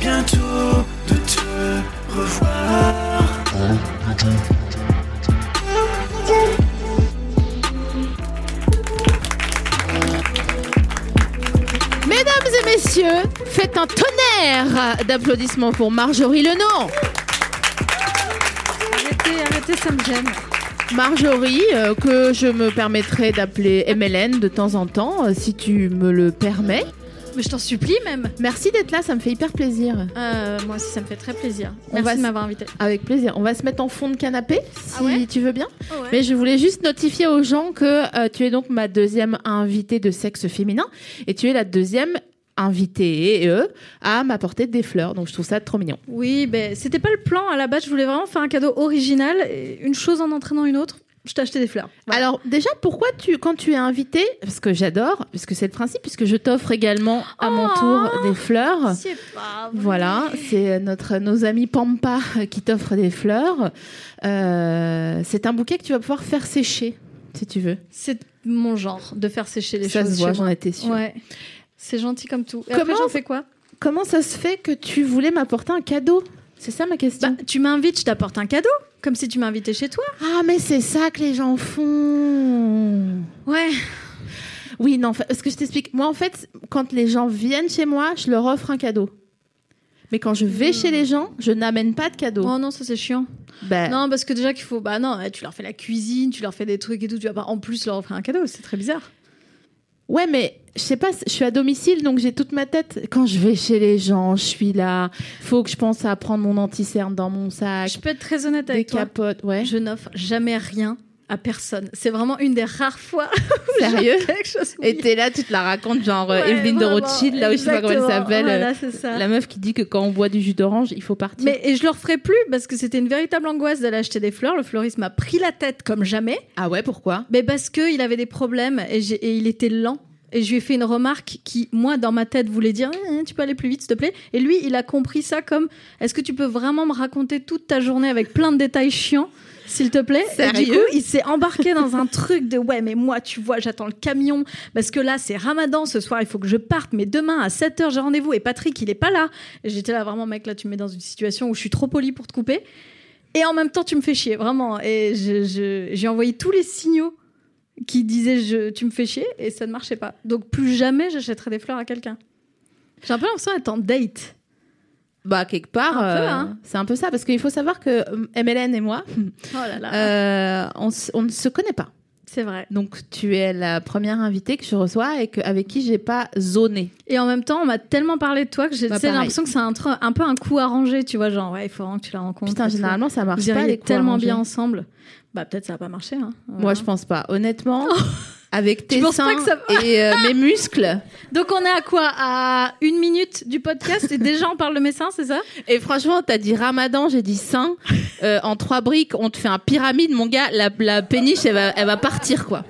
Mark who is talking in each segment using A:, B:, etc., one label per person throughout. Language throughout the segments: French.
A: bientôt de te revoir.
B: Mesdames et messieurs, faites un tonnerre d'applaudissements pour Marjorie Lenon.
C: Arrêtez, arrêtez, ça me gêne.
B: Marjorie, euh, que je me permettrai d'appeler MLN de temps en temps, euh, si tu me le permets.
C: Mais je t'en supplie même.
B: Merci d'être là, ça me fait hyper plaisir.
C: Euh, moi aussi, ça me fait très plaisir.
B: On
C: Merci
B: va
C: de
B: se-
C: m'avoir invité.
B: Avec plaisir. On va se mettre en fond de canapé, si
C: Ah ouais
B: tu veux bien. Mais je voulais juste notifier aux gens que euh, tu es donc ma deuxième invitée de sexe féminin et tu es la deuxième invitée euh, à m'apporter des fleurs. Donc je trouve ça trop mignon.
C: Oui, ben c'était pas le plan à la base. Je voulais vraiment faire un cadeau original, et une chose en entraînant une autre. Je t'ai acheté des fleurs. Voilà.
B: Alors déjà, pourquoi tu, quand tu es invitée, parce que j'adore, puisque c'est le principe, puisque je t'offre également à mon
C: Oh
B: tour des fleurs.
C: c'est pas vrai.
B: Voilà, c'est notre nos amis Pampa qui t'offrent des fleurs. Euh, c'est un bouquet que tu vas pouvoir faire sécher, si tu veux.
C: C'est mon genre de faire sécher les
B: Ça
C: choses.
B: se voit,
C: chez
B: j'en
C: moi.
B: étais sûre.
C: Ouais. C'est gentil comme tout. Et après,
B: Comment-
C: j'en fais quoi
B: Comment ça se fait que tu voulais m'apporter un cadeau C'est ça ma question.
C: Bah, tu m'invites, je t'apporte un cadeau, comme si tu m'invitais chez toi.
B: Ah, mais c'est ça que les gens font.
C: Ouais.
B: Oui, non, fa- ce que je t'explique. Moi, en fait, quand les gens viennent chez moi, je leur offre un cadeau. Mais quand je vais chez les gens, je n'amène pas de cadeau.
C: Oh Hmm. non, ça c'est chiant.
B: Ben,
C: Non, parce que déjà qu'il faut. Bah non, ouais, tu leur fais la cuisine, tu leur fais des trucs et tout. Tu vas pas en plus leur offrir un cadeau, c'est très bizarre.
B: Ouais, mais je sais pas, je suis à domicile, donc j'ai toute ma tête. Quand je vais chez les gens, je suis là. Faut que je pense à prendre mon anti-cerne dans mon
C: Je
B: sac,
C: peux être très honnête
B: des
C: avec toi.
B: capotes. Ouais,
C: Je n'offre jamais rien à personne. C'est vraiment une des rares fois où
B: sérieux.
C: j'ai quelque chose.
B: Et t'es là, tu te la racontes, genre euh, Evelyne de Rothschild, là où je sais pas comment elle s'appelle.
C: Voilà, c'est ça.
B: euh, La meuf qui dit que quand on boit du jus d'orange, il faut partir.
C: Mais et je le referai plus parce que c'était une véritable angoisse d'aller acheter des fleurs. Le fleuriste m'a pris la tête comme jamais.
B: Ah ouais, pourquoi
C: Mais parce que il avait des problèmes et, j'ai- et il était lent. Et je lui ai fait une remarque qui, moi, dans ma tête, voulait dire Eh, Tu peux aller plus vite, s'il te plaît. Et lui, il a compris ça comme Est-ce que tu peux vraiment me raconter toute ta journée avec plein de détails chiants, s'il te plaît Et du
B: Sérieux
C: coup, il s'est embarqué dans un truc de Ouais, mais moi, tu vois, j'attends le camion parce que là, c'est ramadan. Ce soir, il faut que je parte. Mais demain, à 7h, j'ai rendez-vous. Et Patrick, il est pas là. Et J'étais là, vraiment, mec, là, tu me mets dans une situation où je suis trop polie pour te couper. Et en même temps, tu me fais chier, vraiment. Et je- je- j'ai envoyé tous les signaux qui disaient je, tu me fais chier et ça ne marchait pas. Donc plus jamais j'achèterai des fleurs à quelqu'un. J'ai un peu l'impression d'être en date.
B: Bah, quelque part,
C: Un peu,
B: euh,
C: hein.
B: c'est un peu ça. Parce qu'il faut savoir que euh, MLN et moi,
C: Oh là là.
B: euh, on s- on ne se connaît pas.
C: C'est vrai.
B: Donc tu es la première invitée que je reçois et que, avec qui j'ai pas zoné.
C: Et en même temps, on m'a tellement parlé de toi que j'ai
B: Bah,
C: tu sais, j'ai
B: pareil.
C: l'impression que c'est un, tr- un peu un coup arrangé, tu vois, genre ouais, il faut vraiment que tu la rencontres.
B: Putain,
C: et tout.
B: généralement ça marche
C: Vous
B: pas
C: iriez
B: les coups
C: tellement
B: arrangés.
C: bien ensemble. Bah peut-être ça va pas marcher. Hein.
B: Moi je pense pas. Honnêtement, avec tes
C: penses pas
B: seins
C: que ça
B: et euh, mes muscles.
C: Donc on est à quoi À une minute du podcast et déjà on parle de mes seins, c'est ça
B: Et franchement, t'as dit Ramadan, j'ai dit sain. Euh, en trois briques, on te fait un pyramide, mon gars. La, la péniche, elle va, elle va partir quoi.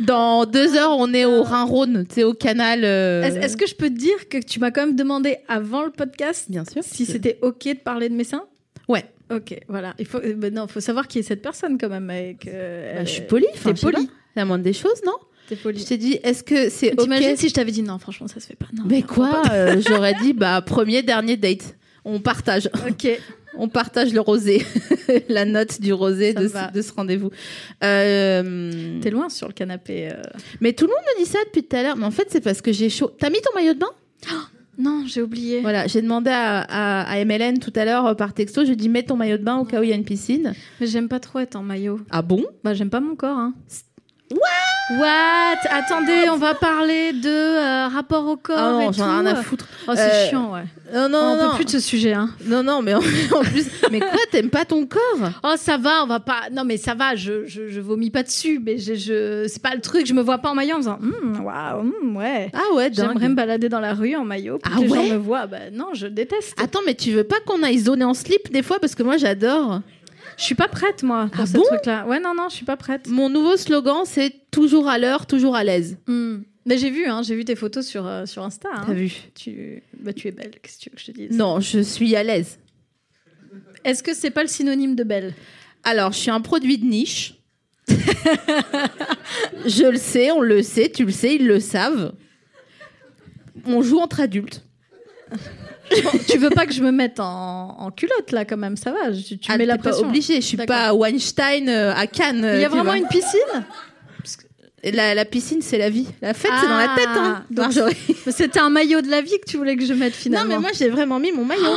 B: Dans deux heures, on est au Rhin-Rhône, tu sais, au canal. euh,
C: Est-ce est-ce que je peux te dire que tu m'as quand même demandé avant le podcast
B: bien sûr
C: si c'était ok de parler de mes seins
B: Ouais.
C: Ok, voilà. Il faut, euh, ben non, faut savoir qui est cette personne quand même. Et que, euh,
B: Bah, je suis polie. enfin,
C: T'es
B: je sais
C: polie.
B: pas. La moindre des choses, non
C: T'es
B: Je
C: polie.
B: t'ai dit, est-ce que c'est ok
C: T'imagines si je t'avais dit non, franchement, ça se fait pas. Non.
B: Mais
C: non,
B: quoi euh, J'aurais dit bah premier dernier date. On partage,
C: faut pas. Ok.
B: on partage le rosé, la note du rosé
C: Ça
B: de,
C: me
B: ce-
C: va.
B: de ce rendez-vous. Euh,
C: T'es loin sur le canapé. euh.
B: mais tout le monde me dit ça depuis tout à l'heure. Mais en fait, c'est parce que j'ai chaud. T'as mis ton maillot de bain
C: Non, j'ai oublié.
B: Voilà, j'ai demandé à, à- à MLN tout à l'heure euh, par texto. Je lui ai dit mets ton maillot de bain au cas où il y a une piscine.
C: Mais j'aime pas trop être en maillot.
B: Ah bon
C: Bah, j'aime pas mon corps. Hein. What Attendez, on va parler de euh, rapport au corps.
B: Ah non, j'en
C: et
B: ai
C: tout.
B: rien à foutre.
C: Oh, c'est
B: Euh,
C: chiant, ouais.
B: Non, non,
C: on
B: non.
C: peut plus de ce sujet, hein.
B: Non, non, mais en, en plus. Mais quoi, t'aimes pas ton corps
C: Oh, ça va, on va pas. Non, mais ça va, je, je, je vomis pas dessus, mais je, je... c'est pas le truc. Je me vois pas en maillot en disant, Hmm, waouh, hmm, ouais.
B: Ah ouais, dingue.
C: J'aimerais me balader dans la rue en maillot pour
B: Ah
C: que les
B: ouais Ah.
C: gens me voient. Bah, non, je déteste.
B: Attends, mais tu veux pas qu'on aille zoner en slip des fois Parce que moi, j'adore.
C: Je suis pas prête, moi, pour
B: Ah
C: ce
B: bon
C: truc-là. Ouais, non, non, je suis pas prête.
B: Mon nouveau slogan, c'est toujours à l'heure, toujours à l'aise.
C: Hmm. Mais j'ai vu, hein, j'ai vu tes photos sur, euh, sur Insta. hein.
B: T'as vu
C: Tu... Bah, tu es belle, qu'est-ce que tu veux que je te dise
B: Non, je suis à l'aise.
C: Est-ce que c'est pas le synonyme de belle
B: Alors, je suis un produit de niche. je le sais, on le sait, tu le sais, ils le savent. On joue entre adultes.
C: Tu veux pas que je me mette en, en culotte, là, quand même, ça va. Tu, tu
B: Ah,
C: mets la
B: t'es pas
C: pression.
B: obligée, je suis
C: D'accord.
B: pas Weinstein euh, à Cannes.
C: Il y a
B: tu vois.
C: vraiment une piscine
B: la, la piscine, c'est la vie. La fête, c'est dans la tête. Hein,
C: Ah, donc-
B: Marjorie.
C: C'était un maillot de la vie que tu voulais que je mette
B: Non,
C: finalement. Ah,
B: mais moi, j'ai vraiment mis mon maillot.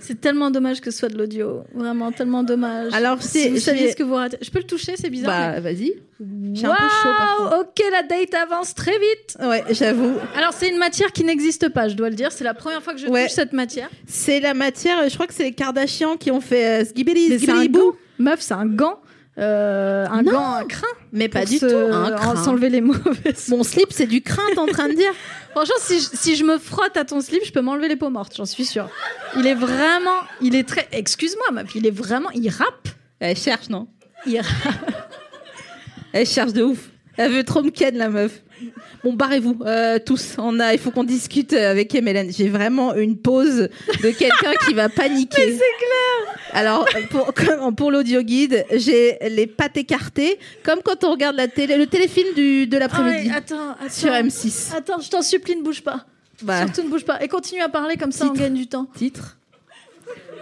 C: C'est tellement dommage que ce soit de l'audio. Vraiment, tellement dommage.
B: Alors,
C: si
B: c'est-
C: vous
B: j'ai-
C: saviez ce que vous ratez. Je peux le toucher, c'est bizarre.
B: bah, vas-y.
C: mais-
B: j'ai un peu chaud, par
C: Waouh, ok, la date avance très vite.
B: Ouais, j'avoue.
C: Alors, c'est une matière qui n'existe pas, je dois le dire. C'est la première fois que je
B: Ouais.
C: touche cette matière.
B: C'est la matière, je crois que c'est les Kardashians qui ont fait euh, Skibidi,
C: c'est un
B: Skibidi
C: gant.
B: Boo.
C: Meuf, c'est un gant. Euh, un
B: Non,
C: gant, un crin.
B: Mais pas
C: pour
B: du
C: se-
B: tout. Un
C: en-
B: crin.
C: S'enlever les mauvaises.
B: Mon slip, c'est du crin, t'es en train de dire.
C: Franchement, si je, si je me frotte à ton slip, je peux m'enlever les peaux mortes, j'en suis sûre. Il est vraiment. Il est très. Excuse-moi, meuf, il est vraiment. Il rappe.
B: Elle cherche, non
C: Il rappe.
B: Elle cherche de ouf. Elle veut trop me ken, la meuf. Bon, barrez-vous, euh, tous. On a, il faut qu'on discute euh, avec Emelène. J'ai vraiment une pause de quelqu'un qui va paniquer. Mais c'est clair. Alors, euh, pour, comme- pour l'audio guide, j'ai les pattes écartées, comme quand on regarde la télé, le téléfilm du, de l'après-midi
C: Ah ouais, attends, attends.
B: sur M6.
C: Attends, je t'en supplie, ne bouge pas.
B: Bah,
C: Surtout ne bouge pas. Et continue à parler comme ça, on
B: Titre.
C: gagne du temps.
B: titre.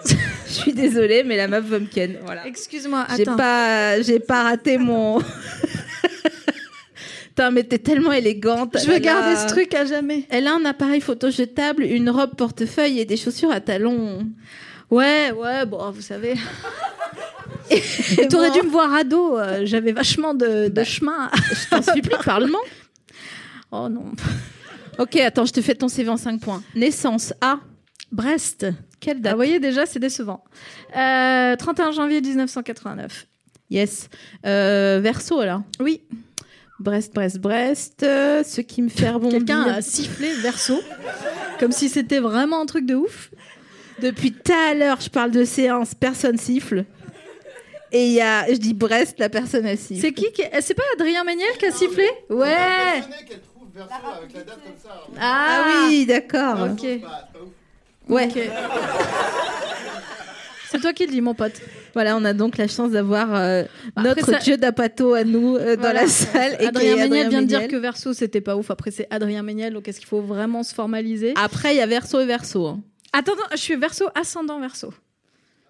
B: Je suis désolée, mais la meuf veut me ken. Voilà.
C: Excuse-moi,
B: J'ai
C: attends.
B: pas, j'ai pas raté mon. Putain, mais t'es tellement élégante.
C: Je veux
B: Elle a-
C: garder ce truc à jamais.
B: Elle a un appareil photo jetable, une robe portefeuille et des chaussures à talons.
C: Ouais, ouais, bon, vous savez. Et T'aurais dû me voir ado, euh, j'avais vachement de, de
B: Bah.
C: chemin.
B: Je t'en supplie, parlement.
C: Oh non.
B: Ok, attends, je te fais ton CV en 5 points. Naissance A.
C: Brest.
B: Quelle
C: Ah,
B: date
C: vous voyez déjà, c'est décevant. Euh, 31 janvier 1989.
B: Yes. Euh, verso, alors.
C: Oui,
B: Brest, Brest, Brest. euh, ce qui me fait rebondir.
C: quelqu'un a sifflé verso, comme si c'était vraiment un truc de ouf.
B: Depuis tout à l'heure, je parle de séance, personne siffle. Et il y a, je dis Brest, la personne elle siffle.
C: C'est qui, qui- eh, C'est pas Adrien Méniel qui a sifflé Ouais
B: Ah, oui, d'accord.
C: Ok.
B: Ouais.
C: C'est toi qui le dis, mon pote.
B: Voilà, on a donc la chance d'avoir euh,
C: Bah, Après,
B: notre
C: ça-
B: dieu d'apato à nous euh, dans
C: Voilà.
B: la salle. et qui est
C: Adrien Méniel vient de dire
B: Méniel.
C: que Verso, c'était pas ouf. Après, c'est Adrien Méniel, donc est-ce qu'il faut vraiment se formaliser
B: Après, il y a verso et verso. hein.
C: Ah. Attends, attends, je suis Verso ascendant Verso.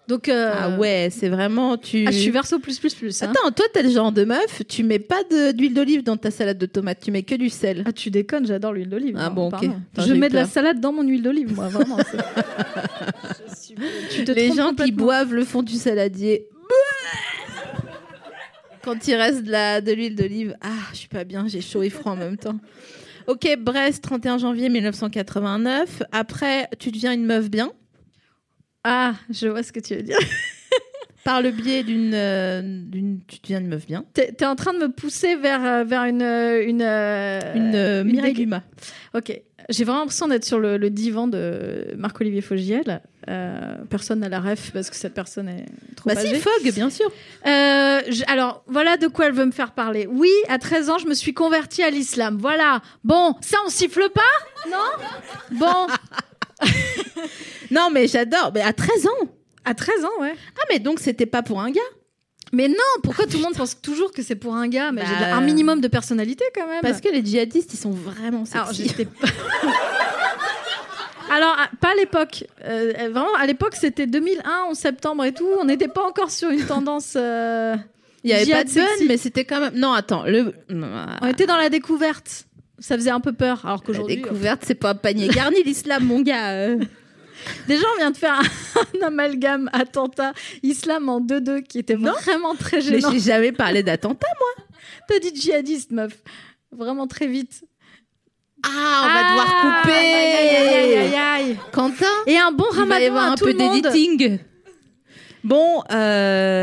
C: Donc. euh,
B: Ah ouais, c'est vraiment. Tu...
C: ah, je suis Verso plus plus plus. hein.
B: Attends, toi, t'es le genre de meuf, tu mets pas de- d'huile d'olive dans ta salade de tomates, tu mets que du sel.
C: Ah, tu déconnes, j'adore l'huile d'olive.
B: Ah
C: moi,
B: bon, ok.
C: pardon.
B: Attends,
C: je
B: j'ai eu
C: mets de la
B: peur.
C: salade dans mon huile d'olive, moi, vraiment. c'est- Tu te
B: Les
C: trompes
B: gens qui
C: complètement.
B: boivent le fond du saladier. Quand il reste de la- de l'huile d'olive, ah, je suis pas bien, j'ai chaud et froid en même temps. Ok, Brest, 31 janvier 1989. Après, tu deviens une meuf bien.
C: Ah, je vois ce que tu veux dire.
B: Par le biais d'une. euh, d'une- tu deviens une meuf bien.
C: T'es t'es en train de me pousser vers, euh, vers une. euh, Une. euh,
B: Une euh,
C: une
B: Mireille
C: dégue-
B: Luma.
C: Ok. J'ai vraiment l'impression d'être sur le, le divan de Marc-Olivier Fogiel. Euh, personne n'a la ref parce que cette personne est trop
B: Bah si,
C: âgée.
B: Fogg, bien sûr.
C: Euh, je- alors, voilà de quoi elle veut me faire parler. Oui, à 13 ans, je me suis convertie à l'islam. Voilà. Bon, ça, on siffle pas Non Bon,
B: Non, mais j'adore. Mais à 13 ans.
C: à 13 ans, ouais.
B: Ah, mais donc c'était pas pour un gars.
C: Mais non, pourquoi tout le monde pense toujours que c'est pour un gars Mais j'ai
B: Bah,
C: de- un minimum de personnalité quand même.
B: Parce que les djihadistes, ils sont vraiment
C: Alors,
B: sexy.
C: j'étais pas. Alors, à- pas à l'époque. Euh, vraiment, à l'époque, c'était 2001, 11 septembre et tout. On n'était pas encore sur une tendance. euh,
B: Il y avait pas
C: djihad
B: de gun,
C: sexy.
B: mais c'était quand même. Non, attends. Le... Non, ah.
C: On était dans la découverte. Ça faisait un peu peur. Alors
B: La
C: qu'aujourd'hui, euh,
B: découverte, c'est pas un panier garni, l'islam, mon gars. euh.
C: déjà, on vient de faire un, un amalgame attentat islam en 2-2 qui était vraiment très
B: Mais
C: gênant.
B: j'ai jamais parlé d'attentat, moi.
C: T'as dit djihadiste, meuf. Vraiment très vite.
B: Ah, on va devoir couper.
C: Aïe, aïe, aïe, aïe, aïe.
B: Quentin,
C: Et un bon
B: il va y
C: ramadan
B: avoir
C: à
B: un
C: tout
B: peu
C: le monde.
B: d'editing. Bon,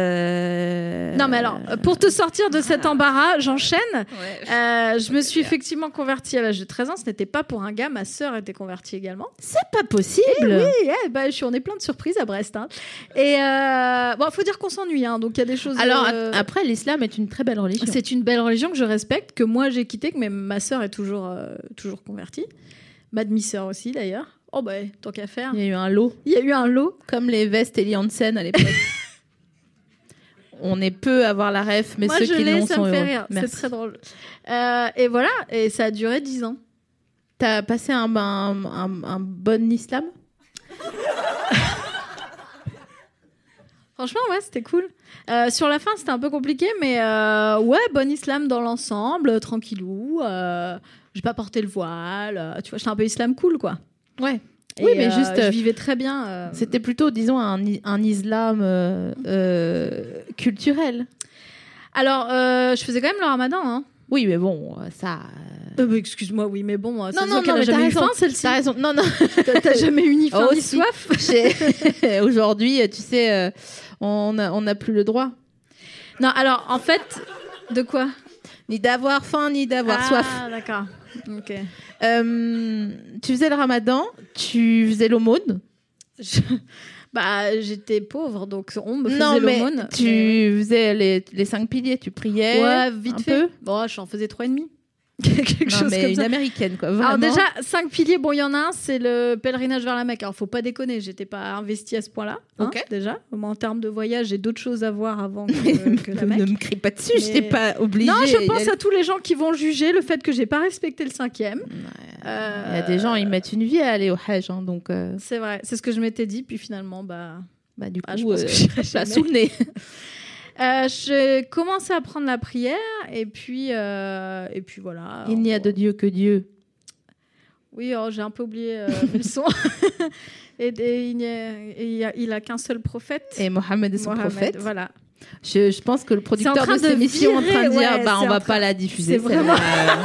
B: euh... Ah.
C: Non, mais alors, pour te sortir de cet embarras, j'enchaîne.
B: Ouais.
C: Euh, je me suis effectivement convertie à l'âge de 13 ans. Ce n'était pas pour un gars. Ma sœur était convertie également.
B: c'est pas possible.
C: Et, eh, bah, je suis, on est plein de surprises à Brest. hein. Et euh, bon, faut dire qu'on s'ennuie. hein, donc il y a des choses.
B: Alors
C: euh,
B: ap- après, l'islam est une très belle religion.
C: c'est une belle religion que je respecte, que moi j'ai quittée, que même ma sœur est toujours euh, toujours convertie. Ma demi-sœur aussi d'ailleurs. Oh bah tant qu'à faire.
B: Il y a eu un lot,
C: Il y a eu un lot.
B: comme les vestes et Hansen à l'époque. On est peu à avoir la ref, mais
C: moi
B: ceux
C: je
B: qui l'ont
C: l'ai, ça
B: sont
C: me fait
B: heureux.
C: rire. C'est
B: Merci.
C: très drôle. Euh, et voilà. Et ça a duré 10 ans.
B: T'as passé un, un, un- un bon islam
C: Franchement, ouais, c'était cool. Euh, sur la fin, c'était un peu compliqué, mais euh, ouais, bon islam dans l'ensemble, euh, tranquillou. Euh, j'ai pas porté le voile. euh, tu vois, j'étais un peu islam cool, quoi.
B: Ouais. Oui,
C: Et,
B: mais
C: euh,
B: juste,
C: Je
B: euh,
C: vivais très bien. euh,
B: C'était plutôt, disons, un, i- un islam euh, euh, culturel.
C: Alors, euh, je faisais quand même le ramadan, hein.
B: Oui, mais bon, euh, ça.
C: Euh, bah, Excuse-moi, oui, mais bon, euh, ça
B: Non,
C: se
B: non,
C: voit qu'elle
B: non,
C: a
B: mais t'as
C: jamais eu
B: raison.
C: faim, celle-ci. Ah,
B: T'as raison. Non, non.
C: T'as t'as jamais eu ni faim
B: Oh,
C: ni
B: si.
C: soif.
B: J'ai- Aujourd'hui, tu sais, euh, on n'a on n'a plus le droit.
C: Non, alors, en fait, de quoi
B: Ni d'avoir faim, ni d'avoir
C: ah,
B: soif.
C: d'accord. Ok.
B: Euh, tu faisais le ramadan, tu faisais l'aumône.
C: Je- Bah, j'étais pauvre, donc on me faisait
B: Non, mais
C: l'aumône.
B: tu faisais les, les cinq piliers, tu priais.
C: Ouais, vite
B: un
C: fait.
B: peu.
C: Bon, j'en faisais trois et demi. Quelque
B: Non,
C: chose
B: mais
C: comme
B: une
C: ça.
B: américaine, quoi.
C: Alors
B: vraiment.
C: déjà, cinq piliers, bon, il y en a un, c'est le pèlerinage vers la Mecque. Alors, faut pas déconner, j'étais pas investie à ce point-là. hein,
B: Ok.
C: Déjà, moi, en termes de voyage, j'ai d'autres choses à voir avant Euh, que, que la Mecque.
B: ne me crie pas dessus, je t'ai
C: Mais-
B: pas obligée.
C: Non,
B: Il
C: je
B: y
C: pense
B: a-
C: à tous les gens qui vont juger le fait que j'ai pas respecté le cinquième. Euh,
B: Il y a des gens, ils mettent une vie à aller au Hajj, hein, donc euh,
C: C'est vrai, c'est ce que je m'étais dit, puis finalement, bah.
B: bah, du coup,
C: Ah, je pense
B: euh,
C: que j'irai
B: ça
C: jamais.
B: sous le nez.
C: Euh, je commençais à prendre la prière, et puis, euh, et puis voilà.
B: Il n'y a de Dieu que Dieu.
C: Oui, oh, j'ai un peu oublié euh, mes leçons. et, et il n'y a- et il y a- il a qu'un seul prophète.
B: Et Mohammed est son
C: Mohamed,
B: prophète.
C: Voilà.
B: Je, je pense que le producteur
C: train
B: de
C: de
B: cette émission est en train de
C: virer,
B: dire
C: ouais,
B: bah,
C: c'est
B: on
C: en
B: va
C: train-
B: pas la diffuser.
C: c'est
B: celle-là.
C: vraiment-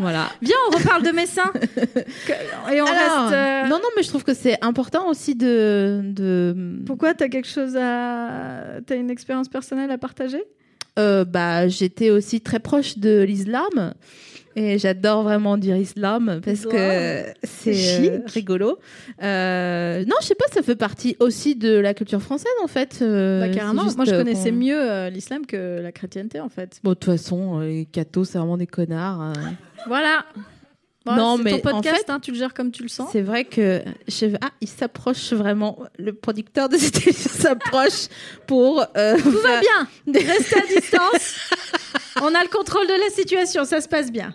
B: voilà.
C: Viens, on reparle de Messin. Que- et on
B: Alors,
C: reste. euh,
B: Non, non, mais je trouve que c'est important aussi de. de
C: Pourquoi t'as quelque chose à. T'as une expérience personnelle à partager
B: Euh, bah, j'étais aussi très proche de l'islam. Et j'adore vraiment dire islam parce que
C: Wow.
B: c'est
C: Chic.
B: euh, rigolo. Euh, non, je sais pas, ça fait partie aussi de la culture française en fait. Euh,
C: Bah, carrément.
B: c'est juste,
C: Moi, je
B: euh,
C: connaissais
B: qu'on-
C: mieux euh, l'islam que la chrétienté, en fait.
B: Bon, de toute façon, euh, les cathos, c'est vraiment des connards. hein.
C: Voilà.
B: Non,
C: c'est
B: mais
C: ton podcast,
B: en fait-
C: hein, tu le gères comme tu le sens.
B: C'est vrai que je... ah, il s'approche vraiment. Le producteur de cette émission s'approche pour. euh,
C: Tout va
B: faire-
C: bien. Reste à distance. on a le contrôle de la situation. Ça se passe bien.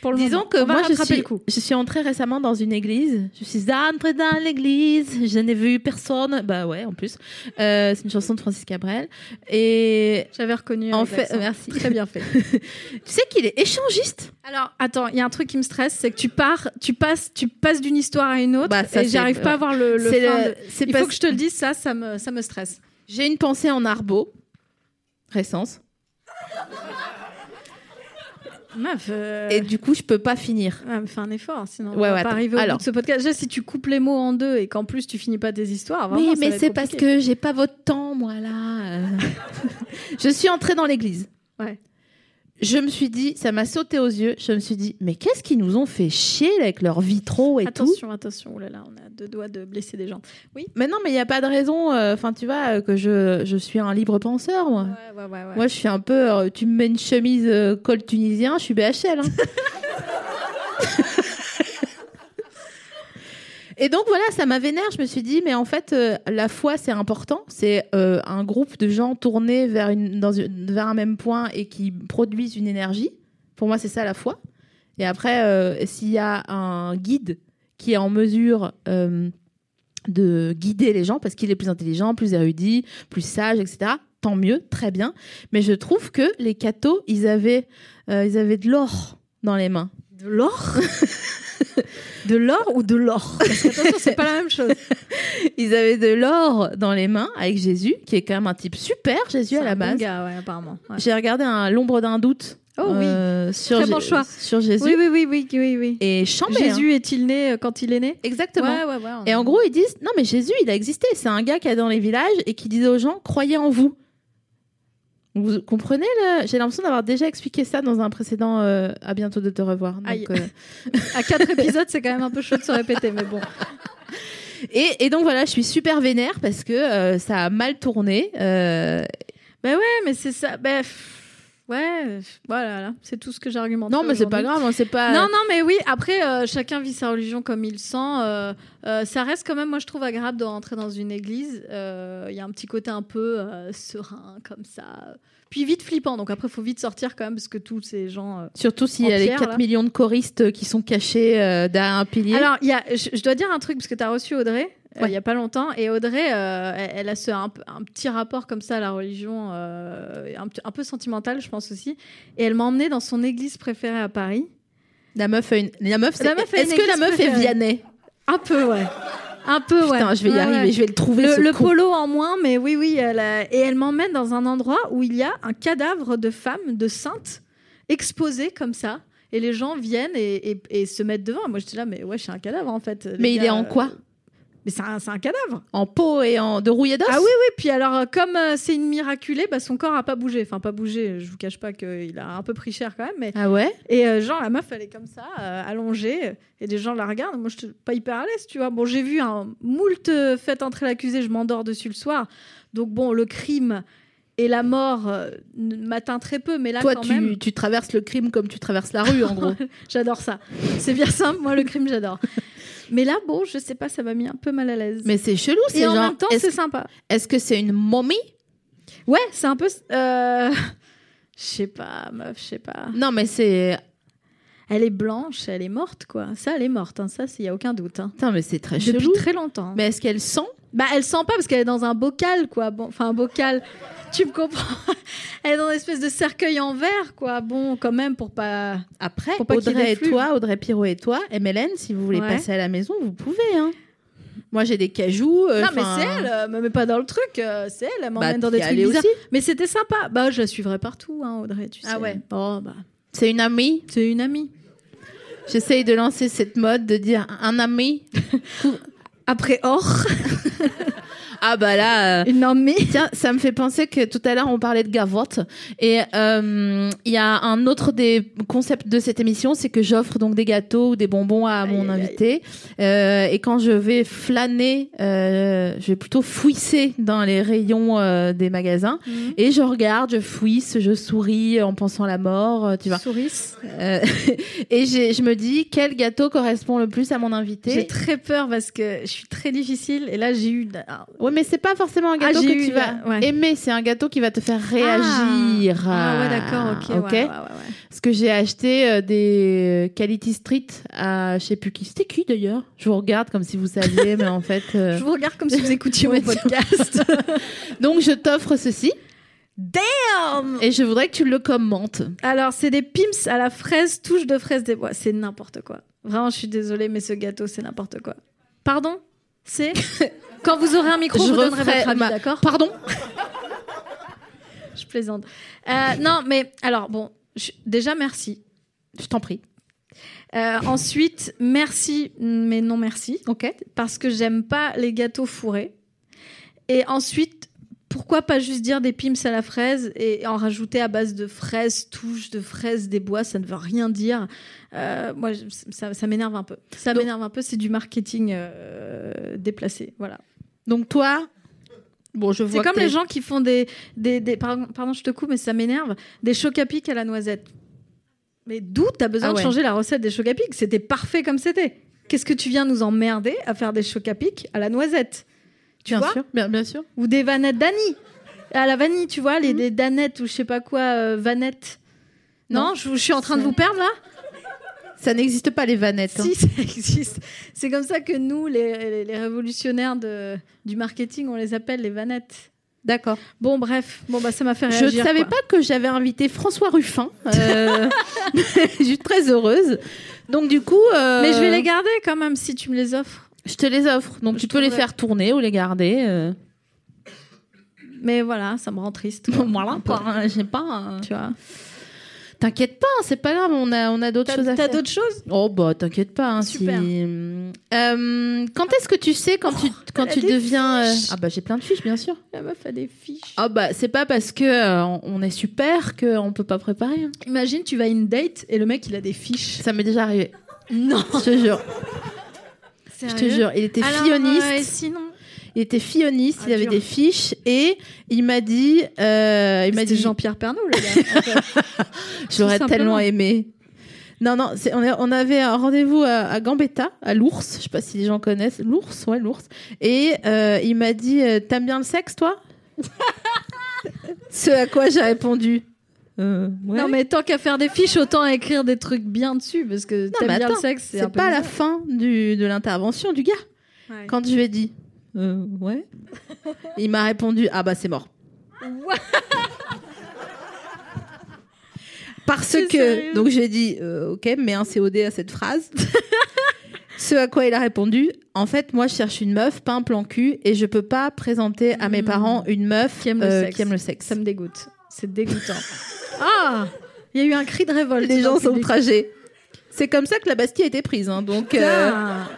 C: Pour le
B: Disons
C: moment.
B: que
C: on va
B: Mmh. moi, je
C: rattraper
B: suis,
C: le coup.
B: je suis entrée récemment dans une église. Je suis entrée dans l'église. Je n'ai vu personne. Bah ouais, en plus. Euh, c'est une chanson de Francis Cabrel. Et
C: J'avais reconnu. hein.
B: En
C: avec
B: fait-
C: l'accent.
B: merci.
C: Très bien fait.
B: tu sais qu'il est échangiste.
C: Alors, attends, il y a un truc qui me stresse, c'est que tu pars, tu passes, tu passes d'une histoire à une autre,
B: Bah, ça,
C: et
B: c'est-
C: j'arrive pas à voir le. le
B: C'est
C: fin
B: le-
C: de-
B: c'est
C: Il
B: parce-
C: faut que je te le dise, ça, ça me, ça me stresse.
B: J'ai une pensée en arbo. Récence.
C: Meuf, euh,
B: Et du coup, je peux pas finir.
C: ouais, mais fais un effort, sinon on
B: Ouais,
C: va
B: ouais,
C: pas
B: attends.
C: arriver au bout
B: Alors.
C: de ce podcast. Déjà, si tu coupes les mots en deux et qu'en plus tu finis pas tes histoires, vraiment,
B: oui,
C: ça va
B: mais
C: être
B: c'est parce
C: compliqué.
B: que j'ai pas votre temps, moi là. Euh, je suis entrée dans l'église.
C: Ouais.
B: Je me suis dit, ça m'a sauté aux yeux. Je me suis dit, mais qu'est-ce qu'ils nous ont fait chier là, avec leurs vitraux et tout
C: Attention, attention, oh là là, on a deux doigts de blesser des gens.
B: Mais non, mais il n'y a pas de raison. euh, Enfin, tu vois, euh, que je, je suis un libre penseur, moi.
C: Ouais, ouais, ouais. ouais.
B: Moi, je suis un peu. euh, tu me mets une chemise euh, col tunisien, je suis BHL. hein. Et donc voilà, ça m'a vénère. Je me suis dit, mais en fait, euh, la foi, c'est important. C'est euh, un groupe de gens tournés vers, une, dans une- vers un même point et qui produisent une énergie. Pour moi, c'est ça la foi. Et après, euh, s'il y a un guide qui est en mesure euh, de guider les gens, parce qu'il est plus intelligent, plus érudit, plus sage, etc., tant mieux, très bien. Mais je trouve que les cathos, ils avaient, euh, ils avaient de l'or dans les mains.
C: De l'or De l'or ou de l'or Parce que, attention, c'est pas la même chose.
B: Ils avaient de l'or dans les mains avec Jésus, qui est quand même un type super, Jésus
C: C'est
B: à la
C: un bon
B: base.
C: gars, ouais, apparemment. ouais.
B: J'ai regardé un L'ombre d'un doute
C: Oh oui.
B: euh, sur,
C: Très
B: Jé-
C: bon choix.
B: sur Jésus.
C: Oui, oui, oui, oui, oui, oui.
B: Et chambé. hein.
C: Jésus est-il né euh, quand il est né
B: Exactement.
C: ouais, ouais, on-
B: Et en gros, ils disent Non, mais Jésus, il a existé. C'est un gars qui est dans les villages et qui disait aux gens Croyez en vous. Vous comprenez là J'ai l'impression d'avoir déjà expliqué ça dans un précédent euh, À bientôt de te revoir. Donc,
C: Aïe.
B: euh,
C: à quatre épisodes, c'est quand même un peu chaud de se répéter, mais bon.
B: et, et donc voilà, je suis super vénère parce que euh, ça a mal tourné. euh,
C: Ben ouais, mais c'est ça. Ben pff, ouais, pff, voilà, là, c'est tout ce que j'argumente.
B: Non, mais c'est pas grave, hein, c'est pas.
C: Non, non, mais oui, après, euh, chacun vit sa religion comme il sent. euh, euh, ça reste quand même, moi, je trouve agréable de rentrer dans une église. Euh, Il y a un petit côté un peu euh, serein, comme ça. Puis vite flippant, donc après, faut vite sortir quand même, parce que tous ces gens. euh,
B: Surtout s'il y
C: En
B: a les
C: pierre,
B: 4
C: là.
B: millions de choristes qui sont cachés euh, derrière un pilier.
C: Alors, il y a, je, je dois dire un truc, parce que tu as reçu Audrey euh, il
B: Ouais.
C: y a pas longtemps, et Audrey, euh, elle, elle a ce, un, p- un petit rapport comme ça à la religion, euh, un, p- un peu sentimental, je pense aussi, et elle m'a emmenée dans son église préférée à Paris.
B: la meuf a une. La meuf, c'est-
C: La meuf a une
B: Est-ce que la
C: église
B: meuf est
C: préférée.
B: Vianney
C: Un peu, ouais. Un peu, ouais.
B: Putain, je vais y
C: Ouais,
B: arriver,
C: ouais.
B: je vais le trouver.
C: Le,
B: ce
C: le
B: con.
C: polo en moins, mais oui, oui. Elle a- Et elle m'emmène dans un endroit où il y a un cadavre de femme, de sainte, exposé comme ça. Et les gens viennent et, et- et se mettent devant. Moi, j'étais là, mais ouais, c'est un cadavre en fait. Les
B: Mais il
C: gars,
B: est en
C: euh,
B: quoi
C: Mais c'est un, c'est un cadavre.
B: En peau et en de rouille et d'os
C: Ah oui, oui. Puis alors, euh, comme euh, c'est une miraculée, bah, son corps a pas bougé. Enfin, pas bougé. Je vous cache pas qu'il a un peu pris cher quand même. Mais...
B: Ah ouais
C: Et euh, genre, la meuf, elle est comme ça, euh, allongée, et les gens la regardent. Moi, je suis pas hyper à l'aise, tu vois. Bon, j'ai vu un moult euh, fait entrer l'accusé, je m'endors dessus le soir. Donc, bon, le crime et la mort euh, ne m'atteint très peu, mais là,
B: Toi,
C: Ah, quand même,
B: tu, tu traverses le crime comme tu traverses la rue, en gros.
C: j'adore ça. C'est bien simple, moi, le crime, j'adore. mais là, bon, je sais pas, ça m'a mis un peu mal à l'aise.
B: Mais c'est chelou,
C: et
B: c'est
C: en
B: genre.
C: même temps,
B: est-ce,
C: c'est sympa.
B: est-ce que c'est une momie
C: Ouais, c'est un peu. euh, Je sais pas, meuf, je sais pas.
B: Non, mais c'est.
C: Elle est blanche, elle est morte, quoi. Ça, elle est morte, hein. ça, il y a aucun doute. hein.
B: Putain, mais c'est très
C: Depuis
B: chelou.
C: très longtemps. hein.
B: Mais est-ce qu'elle sent
C: Bah, elle sent pas parce qu'elle est dans un bocal, quoi. Bon, enfin, un bocal. Tu me comprends Elle est dans une espèce de cercueil en verre, quoi. Bon, quand même, pour pas.
B: Après,
C: Faut pas qu'il
B: Audrey et
C: défluve.
B: toi, Audrey Pirot et toi, MLN, si vous voulez
C: Ouais.
B: passer à la maison, vous pouvez. Hein. Moi, j'ai des cajous. euh,
C: non, mais
B: enfin,
C: c'est elle, euh, me mets pas dans le truc. euh, c'est elle, elle m'emmène
B: Bah,
C: dans
B: t'y
C: des trucs
B: allais
C: bizarres.
B: aussi.
C: Mais c'était sympa. Bah, je la suivrai partout, hein, Audrey, tu sais.
B: Ah ouais.
C: Bon, bah,
B: C'est une amie.
C: c'est une amie.
B: J'essaye de lancer cette mode de dire un ami.
C: Après or,
B: Ah bah là. euh,
C: une amie.
B: Tiens, ça me fait penser que tout à l'heure on parlait de gavotte et euh, il y a un autre des concepts de cette émission, c'est que j'offre donc des gâteaux ou des bonbons à mon
C: aïe, aïe.
B: invité Euh, et quand je vais flâner, euh, je vais plutôt fouisser dans les rayons euh, des magasins et je regarde, je fouisse, je souris en pensant à la mort, euh, tu vois.
C: Souris.
B: Euh, et j'ai- je me dis quel gâteau correspond le plus à mon
C: J'ai
B: invité.
C: très peur parce que je suis très difficile et là, j'ai eu. un-
B: Oui, mais c'est pas forcément un gâteau
C: Ah, j'ai
B: que
C: eu
B: tu vas
C: la- ouais.
B: aimer, c'est un gâteau qui va te faire réagir.
C: Ah, ouais, d'accord, ok.
B: Ok.
C: ouais, ouais, ouais, ouais.
B: Parce que j'ai acheté euh, des Quality Street à je sais plus qui. C'était qui d'ailleurs Je vous regarde comme si vous saviez, mais en fait. euh,
C: Je vous regarde comme si vous écoutiez mon
B: Ouais, tu-
C: podcast.
B: Donc je t'offre ceci
C: Damn!
B: et je voudrais que tu le commentes.
C: Alors, c'est des pimps à la fraise, touche de fraise des bois. C'est n'importe quoi. Vraiment, je suis désolée, mais ce gâteau, c'est n'importe quoi. Pardon C'est Quand vous aurez un micro,
B: Je
C: vous donnerez
B: referai
C: votre avis,
B: ma-
C: d'accord
B: Pardon
C: Je plaisante. Euh, non, mais alors, bon, je- déjà, merci.
B: Je t'en prie.
C: Euh, ensuite, merci, mais non merci.
B: Ok.
C: Parce que j'aime pas les gâteaux fourrés. Et ensuite, pourquoi pas juste dire des pimps à la fraise et en rajouter à base de fraises, touches de fraises, des bois, ça ne veut rien dire. Euh, moi, je- ça, ça m'énerve un peu. Ça
B: Donc-
C: m'énerve un peu, c'est du marketing euh, déplacé. Voilà.
B: Donc toi. Bon, je
C: C'est
B: vois.
C: comme
B: que
C: les
B: t'es-
C: gens qui font des. des, des- pardon, pardon, je te coupe, mais ça m'énerve. Des chocs à pic à la noisette. Mais d'où t'as besoin
B: Ah ouais.
C: de changer la recette des chocs à pic C'était parfait comme c'était. Qu'est-ce que tu viens nous emmerder à faire des chocs à pic à la noisette Tu
B: Bien
C: vois
B: sûr, bien, bien sûr.
C: Ou des vanettes d'Annie. À la vanille, tu vois,
B: Mhm.
C: les, les danettes ou je sais pas quoi, euh, vanettes. Non,
B: Non.
C: je, je suis en train de vous perdre là
B: Ça n'existe pas les vanettes. hein.
C: Si, ça existe. C'est comme ça que nous, les, les- les révolutionnaires de, du marketing, on les appelle les vanettes.
B: D'accord.
C: Bon, bref, bon, bah, ça m'a fait
B: Je
C: réagir.
B: ne savais
C: quoi.
B: pas que j'avais invité François Ruffin. Euh, je suis très heureuse. Donc du coup, euh,
C: Mais je vais les garder quand même si tu me les offres.
B: je te les offre. Donc
C: Je
B: tu peux les
C: trouverai.
B: faire tourner ou les garder. euh.
C: Mais voilà, ça me rend triste. quoi.
B: Voilà, pas, j'ai pas. euh,
C: Tu vois.
B: T'inquiète pas, c'est pas grave. On a, on a d'autres
C: T'as
B: choses à
C: t'as
B: faire.
C: d'autres choses
B: Oh bah t'inquiète pas. hein,
C: Super.
B: si- Euh, quand est-ce que tu sais quand tu quand
C: elle a
B: tu
C: des
B: deviens euh,
C: fiches.
B: Ah bah j'ai plein de fiches bien sûr.
C: La meuf a des fiches.
B: Ah bah c'est pas parce que euh, on est super que on peut pas préparer. hein.
C: Imagine, tu vas à une date et le mec, il a des fiches.
B: Ça m'est déjà arrivé.
C: Non,
B: Je te jure. Je te jure. Il était filloniste.
C: sinon.
B: Il était filloniste.
C: Ah,
B: il avait
C: dur.
B: des fiches et il m'a dit. euh, il m'a
C: C'était
B: dit.
C: Jean-Pierre Pernaut, le gars. en fait.
B: J'aurais
C: Tout
B: tellement
C: simplement.
B: aimé. Non, non, c'est- on, est- on avait un rendez-vous à, à Gambetta, à l'ours. Je sais pas si les gens connaissent. L'ours, ouais, l'ours. Et euh, il m'a dit euh, T'aimes bien le sexe, toi Ce à quoi j'ai répondu Euh, ouais.
C: Non, mais tant qu'à faire des fiches, autant écrire des trucs bien dessus. Parce que
B: mais
C: t'aimes bien le
B: attends,
C: sexe, c'est un
B: C'est
C: peu
B: pas la
C: bizarre.
B: fin du, de l'intervention du gars.
C: Ouais.
B: Quand je lui ai dit Euh, Ouais. il m'a répondu Ah, bah, c'est mort. Parce
C: C'est
B: que.
C: sérieux
B: Donc j'ai dit, euh, ok, mets un COD à cette phrase. Ce à quoi il a répondu, en fait, moi je cherche une meuf, pas un plan cul, et je peux pas présenter à mes
C: Mm.
B: parents une meuf euh,
C: Qui aime le sexe.
B: qui aime le sexe.
C: Ça me dégoûte. C'est dégoûtant. ah Il y a eu un cri de révolte.
B: Les
C: dans
B: gens
C: le
B: sont
C: public.
B: outragés. C'est comme ça que la Bastille a été prise, hein, donc. euh,
C: Putain.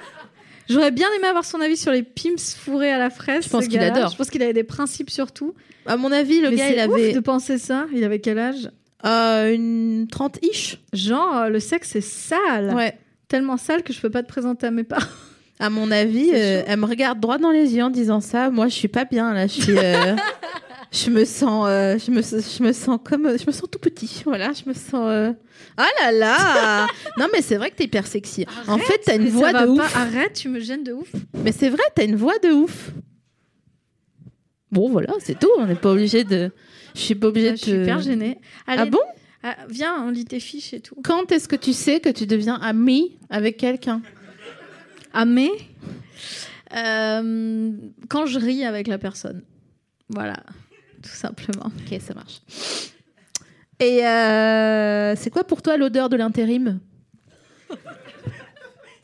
C: J'aurais bien aimé avoir son avis sur les pimps fourrés à la fraise.
B: Je pense
C: ce
B: qu'il
C: gars-là.
B: adore.
C: Je pense qu'il avait des principes surtout.
B: à mon avis, le
C: Mais
B: gars,
C: c'est
B: il
C: ouf
B: avait
C: de penser ça. Il avait quel âge
B: euh, une 30 ish.
C: Genre, euh, le sexe c'est sale.
B: Ouais.
C: Tellement sale que je peux pas te présenter à mes parents.
B: À mon avis,
C: C'est
B: euh,
C: chaud.
B: elle me regarde droit dans les yeux en disant ça. Moi, je suis pas bien là. Je suis, euh, je me sens, euh, je me, je me sens comme, je me sens tout petit. Voilà, je me sens. euh, Ah là là Non, mais c'est vrai que t'es hyper sexy. en fait, t'as une
C: Mais ça
B: voix
C: va
B: de
C: pas.
B: ouf.
C: Arrête, tu me gênes de ouf.
B: Mais c'est vrai, t'as une voix de ouf. Bon, voilà, c'est tout. On n'est pas obligé de. Je suis pas obligée
C: Bah, Je
B: de.
C: suis hyper gênée.
B: Ah
C: Allez,
B: bon
C: ah, Viens, on lit tes fiches et tout.
B: Quand est-ce que tu sais que tu deviens ami avec quelqu'un
C: Ah mais euh, quand je ris avec la personne. Voilà, tout simplement.
B: Ok, ça marche. Et euh, c'est quoi pour toi l'odeur de l'intérim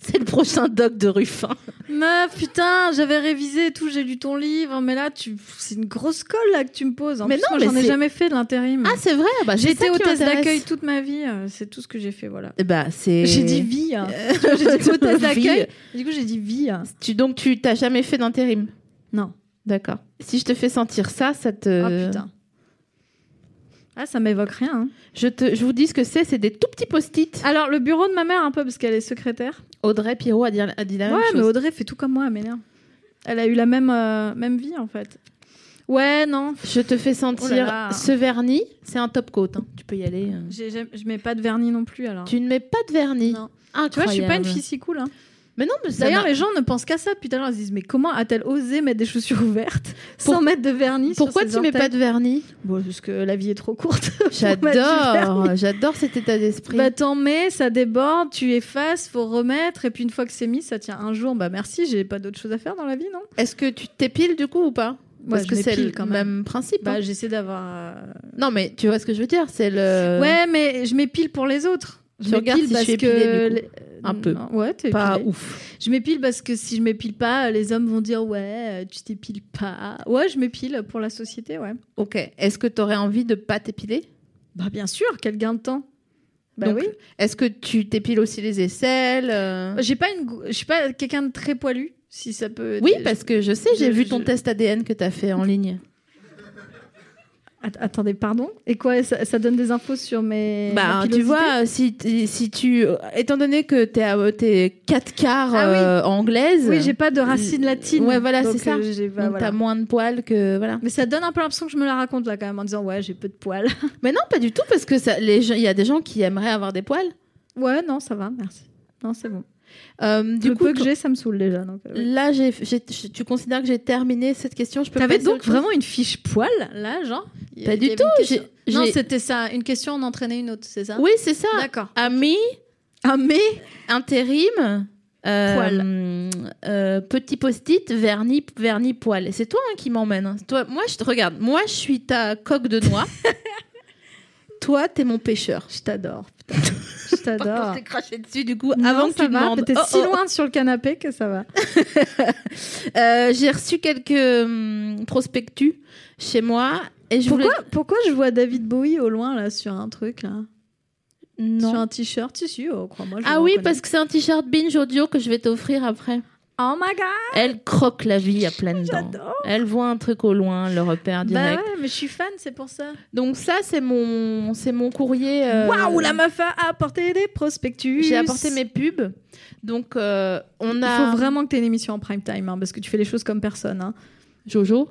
B: C'est le prochain doc de Ruffin.
C: Meuf, putain, j'avais révisé et tout, j'ai lu ton livre, mais là, tu... c'est une grosse colle là que tu me poses. En
B: Mais
C: plus,
B: non,
C: moi,
B: mais
C: j'en ai
B: c'est-
C: jamais fait de l'intérim.
B: Ah, c'est vrai bah,
C: j'ai
B: c'est
C: été
B: ça qui
C: hôtesse
B: m'intéresse.
C: d'accueil toute ma vie, euh, c'est tout ce que j'ai fait, voilà.
B: Eh Bah, c'est.
C: J'ai dit vie, hein.
B: Euh,
C: j'ai dit hôtesse
B: vie.
C: d'accueil, du coup j'ai dit vie. hein.
B: Tu, donc, tu t'as jamais fait d'intérim
C: Non,
B: D'accord. Euh. Si je te fais sentir ça, ça te.
C: ah putain. Ah, ça m'évoque rien. hein.
B: Je, te, je vous dis ce que c'est c'est des tout petits post-it.
C: Alors, le bureau de ma mère, un peu, parce qu'elle est secrétaire.
B: Audrey Pirot a dit, a dit la
C: ouais,
B: même
C: mais
B: chose.
C: Audrey fait tout comme moi, elle m'énerve. Elle a eu la même, euh, même vie, en fait. Ouais, non,
B: Je te fais
C: Oh là
B: sentir
C: là.
B: ce vernis, c'est un top coat. hein. Tu peux y aller. euh.
C: j'ai- j'ai- je mets pas de vernis non plus, alors.
B: Tu ne mets pas de vernis.
C: Non.
B: Incroyable.
C: Tu vois, je suis pas une fille si cool. Hein.
B: Mais non, mais ça
C: D'ailleurs,
B: n'a-
C: les gens ne pensent qu'à ça depuis tout à l'heure. Ils se disent, mais comment a-t-elle osé mettre des chaussures ouvertes sans
B: Pour-
C: mettre de vernis
B: Pourquoi tu mets pas de vernis
C: Bon, parce que la vie est trop courte. pour mettre du vernis.
B: J'adore, j'adore cet état d'esprit.
C: Bah t'en mets, ça déborde, tu effaces, faut remettre, et puis une fois que c'est mis, ça tient un jour. Bah merci, j'ai pas d'autre chose à faire dans la vie, non
B: Est-ce que tu t'épiles du coup ou pas Parce
C: Bah, je
B: que c'est
C: m'épile
B: le même principe. hein.
C: Bah j'essaie d'avoir. euh,
B: Non, mais tu vois ce que je veux dire, c'est le.
C: Ouais, mais je m'épile pour les autres. Euh, Je
B: Tu regardes
C: m'épile
B: si je
C: parce
B: suis
C: que
B: épilée, du
C: les-
B: Un peu.
C: Non, Ouais, t'es
B: pas
C: épilée.
B: ouf.
C: Je m'épile parce que si je m'épile pas, les hommes vont dire ouais, euh, tu t'épiles pas. Ouais, je m'épile pour la société, ouais.
B: Ok. Est-ce que tu aurais envie de pas t'épiler
C: Bah bien sûr, quel gain de temps. Bah
B: Donc,
C: oui.
B: Est-ce que tu t'épiles aussi les aisselles euh
C: J'ai pas une, gou- je suis pas quelqu'un de très poilu, si ça peut.
B: Oui,
C: je-
B: parce que je sais, j'ai
C: je-
B: vu ton
C: je-
B: test ADN que t'as fait en ligne.
C: Att- attendez, pardon. Et quoi, ça, ça donne des infos sur mes.
B: bah,
C: ma
B: tu
C: pilosité
B: vois, si, t- si tu. Étant donné que t'es à- t'es 4 quarts
C: Ah oui.
B: euh, anglaise.
C: Oui, j'ai pas de racines latines.
B: Ouais, voilà,
C: Donc,
B: c'est ça.
C: euh, j'ai- bah,
B: donc
C: voilà.
B: t'as moins de poils que. Voilà.
C: Mais ça donne un peu l'impression que je me la raconte là quand même en disant ouais, j'ai peu de poils.
B: Mais non, pas du tout, parce que ça, les gens- il y a des gens qui aimeraient avoir des poils.
C: ouais, non, ça va, merci. Non, c'est bon.
B: Euh, du
C: le
B: coup,
C: peu que j'ai, ça me saoule déjà. Donc, euh, oui.
B: là, j'ai, j'ai- j'ai- tu considères que j'ai terminé cette question. Je peux
C: T'avais
B: passer à
C: donc
B: autre chose
C: vraiment une fiche poil là, genre Il y
B: Pas
C: a-
B: du
C: il y avait
B: tout,
C: une question.
B: j'ai-
C: Non,
B: j'ai-
C: c'était ça. Une question, on entraînait une autre, c'est ça
B: Oui, c'est ça.
C: D'accord.
B: Ami,
C: Ah mais
B: intérim, Euh,
C: Poil.
B: euh, petit post-it, vernis, vernis poil. Et C'est toi hein, qui m'emmène. hein. Toi, moi, je te regarde. Moi, je suis ta coque de noix. toi, t'es mon pêcheur.
C: Je t'adore, putain. Je t'adore.
B: t'es craché dessus du coup
C: Non,
B: avant que
C: ça
B: tu
C: va,
B: demandes.
C: T'es
B: Oh,
C: si
B: oh.
C: loin sur le canapé que ça va.
B: Euh, J'ai reçu quelques hum, prospectus chez moi et je
C: Pourquoi,
B: voulais.
C: pourquoi je vois David Bowie au loin là sur un truc là
B: Non.
C: Sur un t-shirt, si si, oh, crois-moi. je
B: Ah
C: le
B: oui,
C: reconnais.
B: parce que c'est un t-shirt binge audio que je vais t'offrir après.
C: Oh my god,
B: Elle croque la vie à pleines dents.
C: j'adore.
B: Elle voit un truc au loin, le repère
C: Bah
B: direct.
C: ouais, mais je suis fan, c'est pour ça.
B: Donc ça, c'est mon, c'est mon courrier. euh,
C: Waouh, la meuf a apporté des prospectus.
B: J'ai apporté mes pubs. Donc euh, on
C: Il
B: a
C: faut vraiment que t'aies une émission en prime time, hein, parce que tu fais les choses comme personne. hein.
B: Jojo.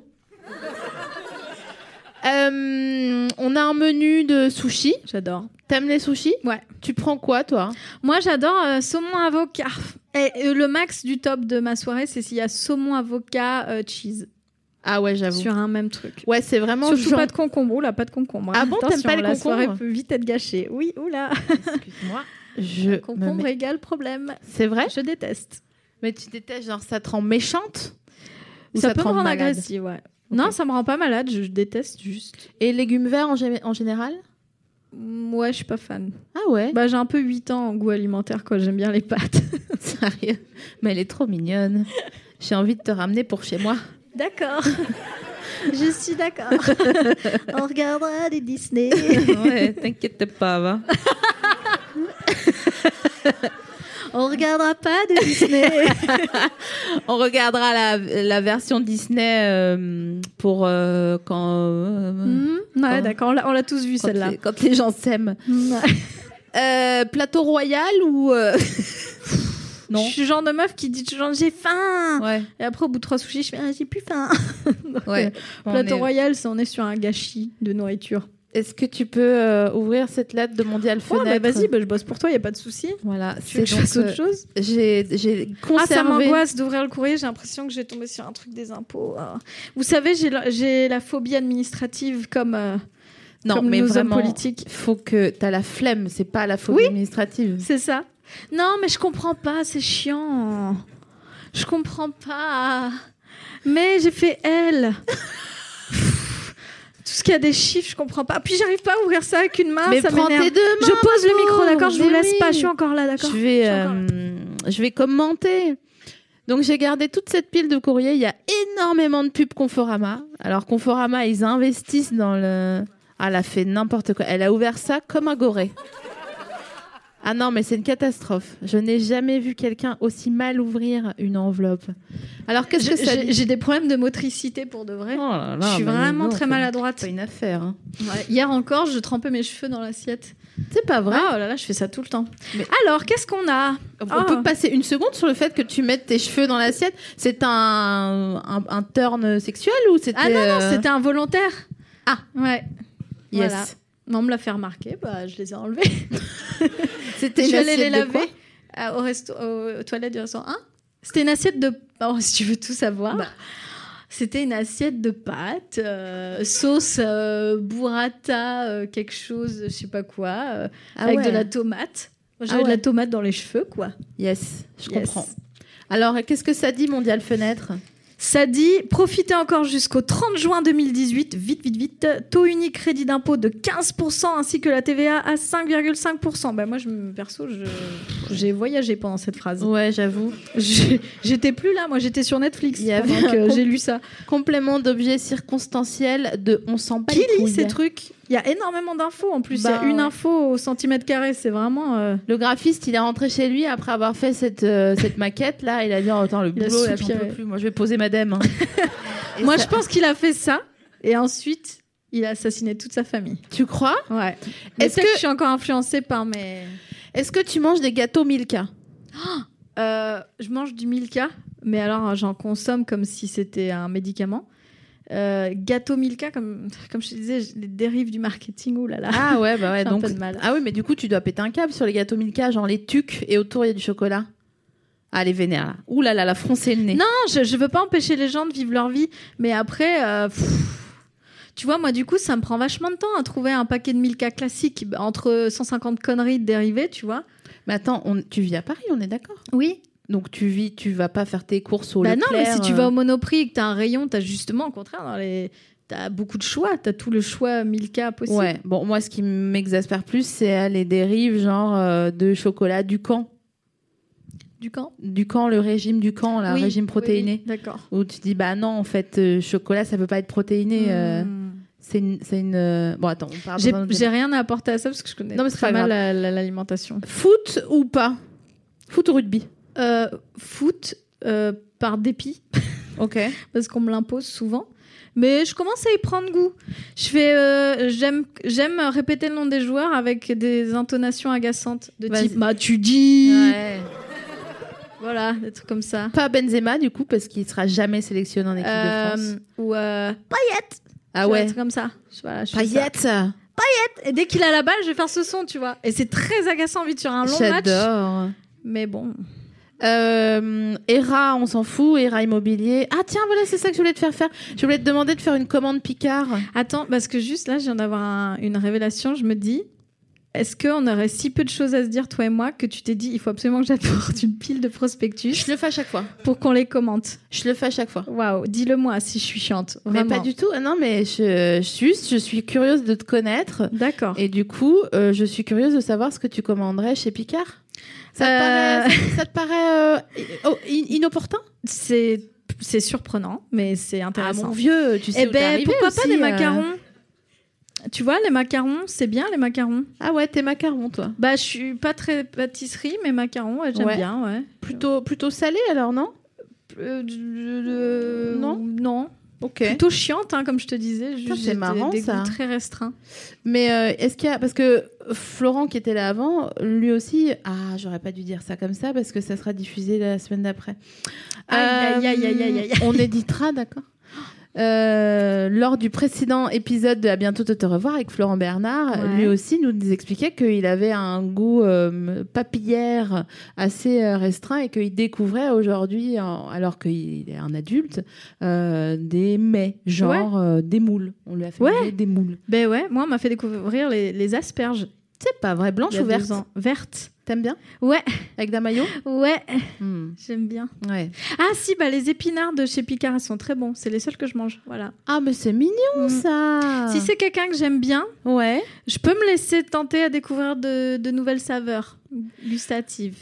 B: Euh, on a un menu de sushi.
C: J'adore.
B: T'aimes les sushis
C: Ouais.
B: Tu prends quoi, toi
C: Moi, j'adore euh, saumon avocat. Et, euh, le max du top de ma soirée, c'est s'il y a saumon avocat euh, cheese
B: Ah ouais, j'avoue.
C: sur un même truc.
B: Ouais, c'est vraiment
C: Surtout
B: genre-
C: pas de concombre, oula, pas de concombre. hein.
B: Ah bon, t'aimes
C: Attention,
B: pas les
C: la soirée
B: concombres
C: peut vite être gâchée. Oui, oula,
B: Excuse-moi. Je me
C: concombre
B: mets-
C: égale problème.
B: C'est vrai
C: Je déteste.
B: Mais tu détestes, genre ça te rend méchante Ou
C: ça,
B: te
C: peut me
B: rend
C: rendre
B: malade
C: agressive, ouais. Non, ça me rend pas malade, je, je déteste juste.
B: Et légumes verts en, gé- en général
C: Mm, Ouais, je suis pas fan.
B: Ah ouais
C: Bah, j'ai un peu 8 ans en goût alimentaire, quoi. J'aime bien les pâtes.
B: Sérieux Mais elle est trop mignonne. J'ai envie de te ramener pour chez moi.
C: D'accord. je suis d'accord. On regardera des Disney.
B: ouais, t'inquiète pas, va.
C: On regardera pas de Disney.
B: On regardera la, la version Disney euh, pour euh, quand, euh,
C: ouais, d'accord, on l'a- on l'a tous vu
B: quand,
C: celle-là. Hmm.
B: les, quand les gens s'aiment. Euh, plateau royal ou euh,
C: Non.
B: non
C: Je suis le genre de meuf qui dit toujours j'ai faim.
B: Ouais,
C: Et après, au bout de trois sushis, je fais ah, j'ai plus faim. Donc,
B: ouais.
C: euh,
B: On
C: Plateau
B: est-
C: Royal, c'est on est sur un gâchis de nourriture.
B: Est-ce que tu peux euh, ouvrir cette lettre de Mondial
C: Ouais,
B: Fenêtre
C: bah, vas-y, bah, je bosse pour toi, il y a pas de souci.
B: Voilà,
C: Tu
B: c'est
C: veux que je
B: donc,
C: fasse autre
B: euh,
C: chose
B: J'ai j'ai
C: Ah, ça
B: conservé.
C: m'angoisse d'ouvrir le courrier, j'ai l'impression que j'ai tombé sur un truc des impôts. Ah. Vous savez, j'ai la, j'ai la phobie administrative comme, euh,
B: non,
C: comme
B: mais
C: nos hommes
B: vraiment,
C: politiques.
B: faut que t'as la flemme. C'est pas la phobie
C: Oui.
B: administrative.
C: C'est ça. Non, mais je comprends pas, c'est chiant. Je comprends pas. Mais j'ai fait L. Pff, Tout ce qui a des chiffres, je comprends pas. Puis j'arrive pas à ouvrir ça avec une main,
B: mais
C: Ah, ça
B: prends tes
C: m'énerve.
B: deux
C: Je
B: mains.
C: pose le micro, d'accord Je vous
B: Mais
C: laisse
B: oui.
C: pas, je suis encore là, d'accord
B: Je vais,
C: suis encore là.
B: euh, je vais commenter. Donc j'ai gardé toute cette pile de courriers. Il y a énormément de pubs Conforama. Alors Conforama, ils investissent dans le. Ah, elle a fait n'importe quoi. Elle a ouvert ça comme un goré. Ah non, mais c'est une catastrophe. Je n'ai jamais vu quelqu'un aussi mal ouvrir une enveloppe. Alors qu'est-ce que ça
C: J'ai
B: dit
C: j'ai des problèmes de motricité pour de vrai.
B: Oh là là,
C: je suis
B: mais
C: vraiment
B: non,
C: très
B: c'est-
C: maladroite.
B: C'est une affaire. hein.
C: Ouais, Hier encore, je trempais mes cheveux dans l'assiette.
B: C'est pas vrai.
C: Ah, oh là là, je fais ça tout le temps.
B: Mais-
C: Alors, qu'est-ce qu'on a
B: On
C: Ah.
B: peut passer une seconde sur le fait que tu mettes tes cheveux dans l'assiette. C'est un, un, un turn sexuel ou c'était.
C: Ah non, non,
B: euh,
C: c'était involontaire.
B: Ah.
C: Ouais.
B: Yes.
C: Voilà. Non, on me l'a fait remarquer, bah, je les ai enlevés.
B: C'était une
C: je suis allée
B: assiette
C: les
B: de quoi
C: laver à- au resto, au- aux toilettes du restaurant 1. C'était une assiette de. Oh, si tu veux tout savoir.
B: Bah.
C: C'était une assiette de pâtes, euh, sauce euh, burrata, euh, quelque chose, je sais pas quoi, euh,
B: Ah
C: avec
B: ouais.
C: de la tomate. Moi, J'avais
B: Ah
C: de la
B: ouais.
C: tomate dans les cheveux, quoi.
B: Yes, je
C: Yes.
B: comprends. Alors, qu'est-ce que ça dit, Mondial Fenêtre
C: Ça dit, profitez encore jusqu'au 30 juin 2018, vite, vite, vite, taux unique crédit d'impôt de 15% ainsi que la TVA à 5,5%. Ben moi, je, me- perso, je- j'ai voyagé pendant cette phrase.
B: Ouais, j'avoue.
C: Je- J'étais plus là, moi, j'étais sur Netflix
B: Il y avait
C: pendant
B: un
C: que
B: con-
C: j'ai lu ça.
B: Complément d'objet circonstanciel de on s'en bat
C: Qui
B: les
C: lit
B: couilles.
C: ces trucs Il y a énormément d'infos en plus. Il
B: Bah
C: y a une
B: ouais.
C: info au centimètre carré, c'est vraiment... euh,
B: Le graphiste, il est rentré chez lui après avoir fait cette, euh, cette maquette là. Il a dit oh, Attends, le
C: Il a
B: boulot, là, j'en
C: soupiré.
B: peux plus. Moi, je vais poser madame. hein. Et
C: Moi,
B: ça-
C: je pense qu'il a fait ça et ensuite, il a assassiné toute sa famille.
B: Tu crois
C: Ouais. Est-ce
B: Est-ce
C: que...
B: que-
C: je suis encore influencée par mes...
B: Est-ce que tu manges des gâteaux Milka
C: Euh, je mange du Milka, mais alors euh, j'en consomme comme si c'était un médicament. Euh, gâteau Milka, comme, comme je te disais, j- les dérives du marketing, oulala.
B: Ah ouais, bah ouais.
C: J'ai un
B: donc...
C: peu de mal.
B: Ah oui, mais du coup, tu dois péter un câble sur les gâteaux Milka, genre les tucs et autour, il y a du chocolat. Ah, les vénères là. Ouh là là, la froncée le nez.
C: Non, je, je veux pas empêcher les gens de vivre leur vie, mais après, euh, pff, tu vois, moi du coup, ça me prend vachement de temps à trouver un paquet de Milka classique bah, entre 150 conneries de dérivés, tu vois.
B: Mais attends, on- tu vis à Paris, on est d'accord
C: Oui.
B: Donc tu vis, tu vas pas faire tes courses au
C: Bah non,
B: Leclerc.
C: mais si tu
B: euh,
C: vas au Monoprix et que t'as un rayon, t'as justement, au contraire, dans les... t'as beaucoup de choix, t'as tout le choix 1000K possible.
B: Ouais, bon, moi, ce qui m'exaspère plus, c'est euh, les dérives, genre euh, de chocolat du camp.
C: Du camp
B: Du camp, le régime du camp, là,
C: Oui,
B: régime
C: oui,
B: protéiné.
C: oui, D'accord.
B: Où tu dis, bah non, en fait, euh, chocolat, ça peut pas être protéiné. euh,
C: Hmm.
B: c'est une, c'est une. euh, Bon, attends, on parle
C: J'ai
B: dans un autre
C: j'ai rien à apporter à ça parce que je connais
B: Non, mais c'est
C: très
B: pas
C: mal
B: grave.
C: la- la- l'alimentation.
B: débat. Foot ou pas Foot ou rugby
C: Euh, foot, euh, par dépit,
B: Ok.
C: parce qu'on me l'impose souvent. Mais je commence à y prendre goût. Je fais, euh, j'aime, j'aime répéter le nom des joueurs avec des intonations agaçantes de
B: Vas-y.
C: type "Bah tu dis", voilà, des trucs comme ça.
B: Pas Benzema, du coup, parce qu'il sera jamais sélectionné en équipe de
C: Euh,
B: France.
C: ou euh,
B: Ah
C: Tu vois,
B: ouais
C: un truc comme ça. Je- voilà, je fais
B: Payette
C: ça. Et dès qu'il a la balle, je vais faire ce son, tu vois. Et c'est très agaçant vite sur un long match.
B: J'adore.
C: Mais bon.
B: Euh, Era, on s'en fout, Era Immobilier. Ah tiens, voilà, c'est ça que je voulais te faire faire. Je voulais te demander de faire une commande Picard.
C: Attends, parce que juste là, je viens d'avoir un- une révélation. Je me dis, est-ce qu'on aurait si peu de choses à se dire, toi et moi, que tu t'es dit, il faut absolument que j'apporte une pile de prospectus
B: Je le fais à chaque fois.
C: pour qu'on les commente
B: Je le fais à chaque fois.
C: Waouh, dis-le moi si je suis chiante.
B: Mais
C: vraiment.
B: pas du tout. Ah Non, mais je, je- juste, je suis curieuse de te connaître.
C: D'accord.
B: Et du coup, euh, je suis curieuse de savoir ce que tu commanderais chez Picard. Ça te
C: Euh.
B: paraît, ça, ça te paraît euh, i- oh, in- inopportun
C: C'est c'est surprenant, mais
B: Ah
C: c'est intéressant.
B: vieux, tu
C: eh
B: où t'es
C: ben,
B: arrivé
C: pourquoi pas
B: aussi,
C: des
B: euh.
C: macarons Tu vois, les macarons, c'est bien les macarons.
B: Ah ouais, t'es macaron, toi.
C: Bah, je suis pas très pâtisserie, mais macarons, ouais, j'aime
B: Ouais.
C: bien, ouais.
B: Plutôt, plutôt salé alors, non
C: Euh, euh,
B: Non
C: Non.
B: Ok.
C: Plutôt chiante, hein, comme je te disais.
B: Putain,
C: Juste
B: c'est
C: j'ai des-
B: marrant,
C: des
B: ça.
C: goûts très restreints.
B: Mais euh, est-ce qu'il y a parce que Florent qui était là avant, lui aussi ah j'aurais pas dû dire ça comme ça parce que ça sera diffusé la semaine d'après. Euh,
C: Aïe, aïe, aïe, aïe, aïe, aïe.
B: On éditera d'accord. Euh, lors du précédent épisode de À bientôt de te revoir avec Florent Bernard,
C: Ouais.
B: lui aussi nous expliquait qu'il avait un goût euh, papillère assez euh, restreint et qu'il découvrait aujourd'hui, en- alors qu'il est un adulte, euh, des mets, genre euh, des moules. On lui a fait
C: Ouais.
B: manger des moules.
C: Ben ouais, moi, on m'a fait découvrir les, les asperges.
B: C'est pas vrai,
C: il
B: blanche
C: y a
B: ou
C: deux
B: verte
C: ans. Vertes.
B: T'aimes bien
C: Ouais, Hmm,
B: Avec d'un maillot
C: ouais, j'aime bien.
B: Ouais.
C: Ah si, bah les épinards de chez Picard, ils sont très bons. C'est les seuls que je mange, voilà.
B: Ah, mais c'est mignon
C: Mm.
B: ça
C: Si c'est quelqu'un que j'aime bien,
B: Ouais.
C: je peux me laisser tenter à découvrir de, de nouvelles saveurs gustatives.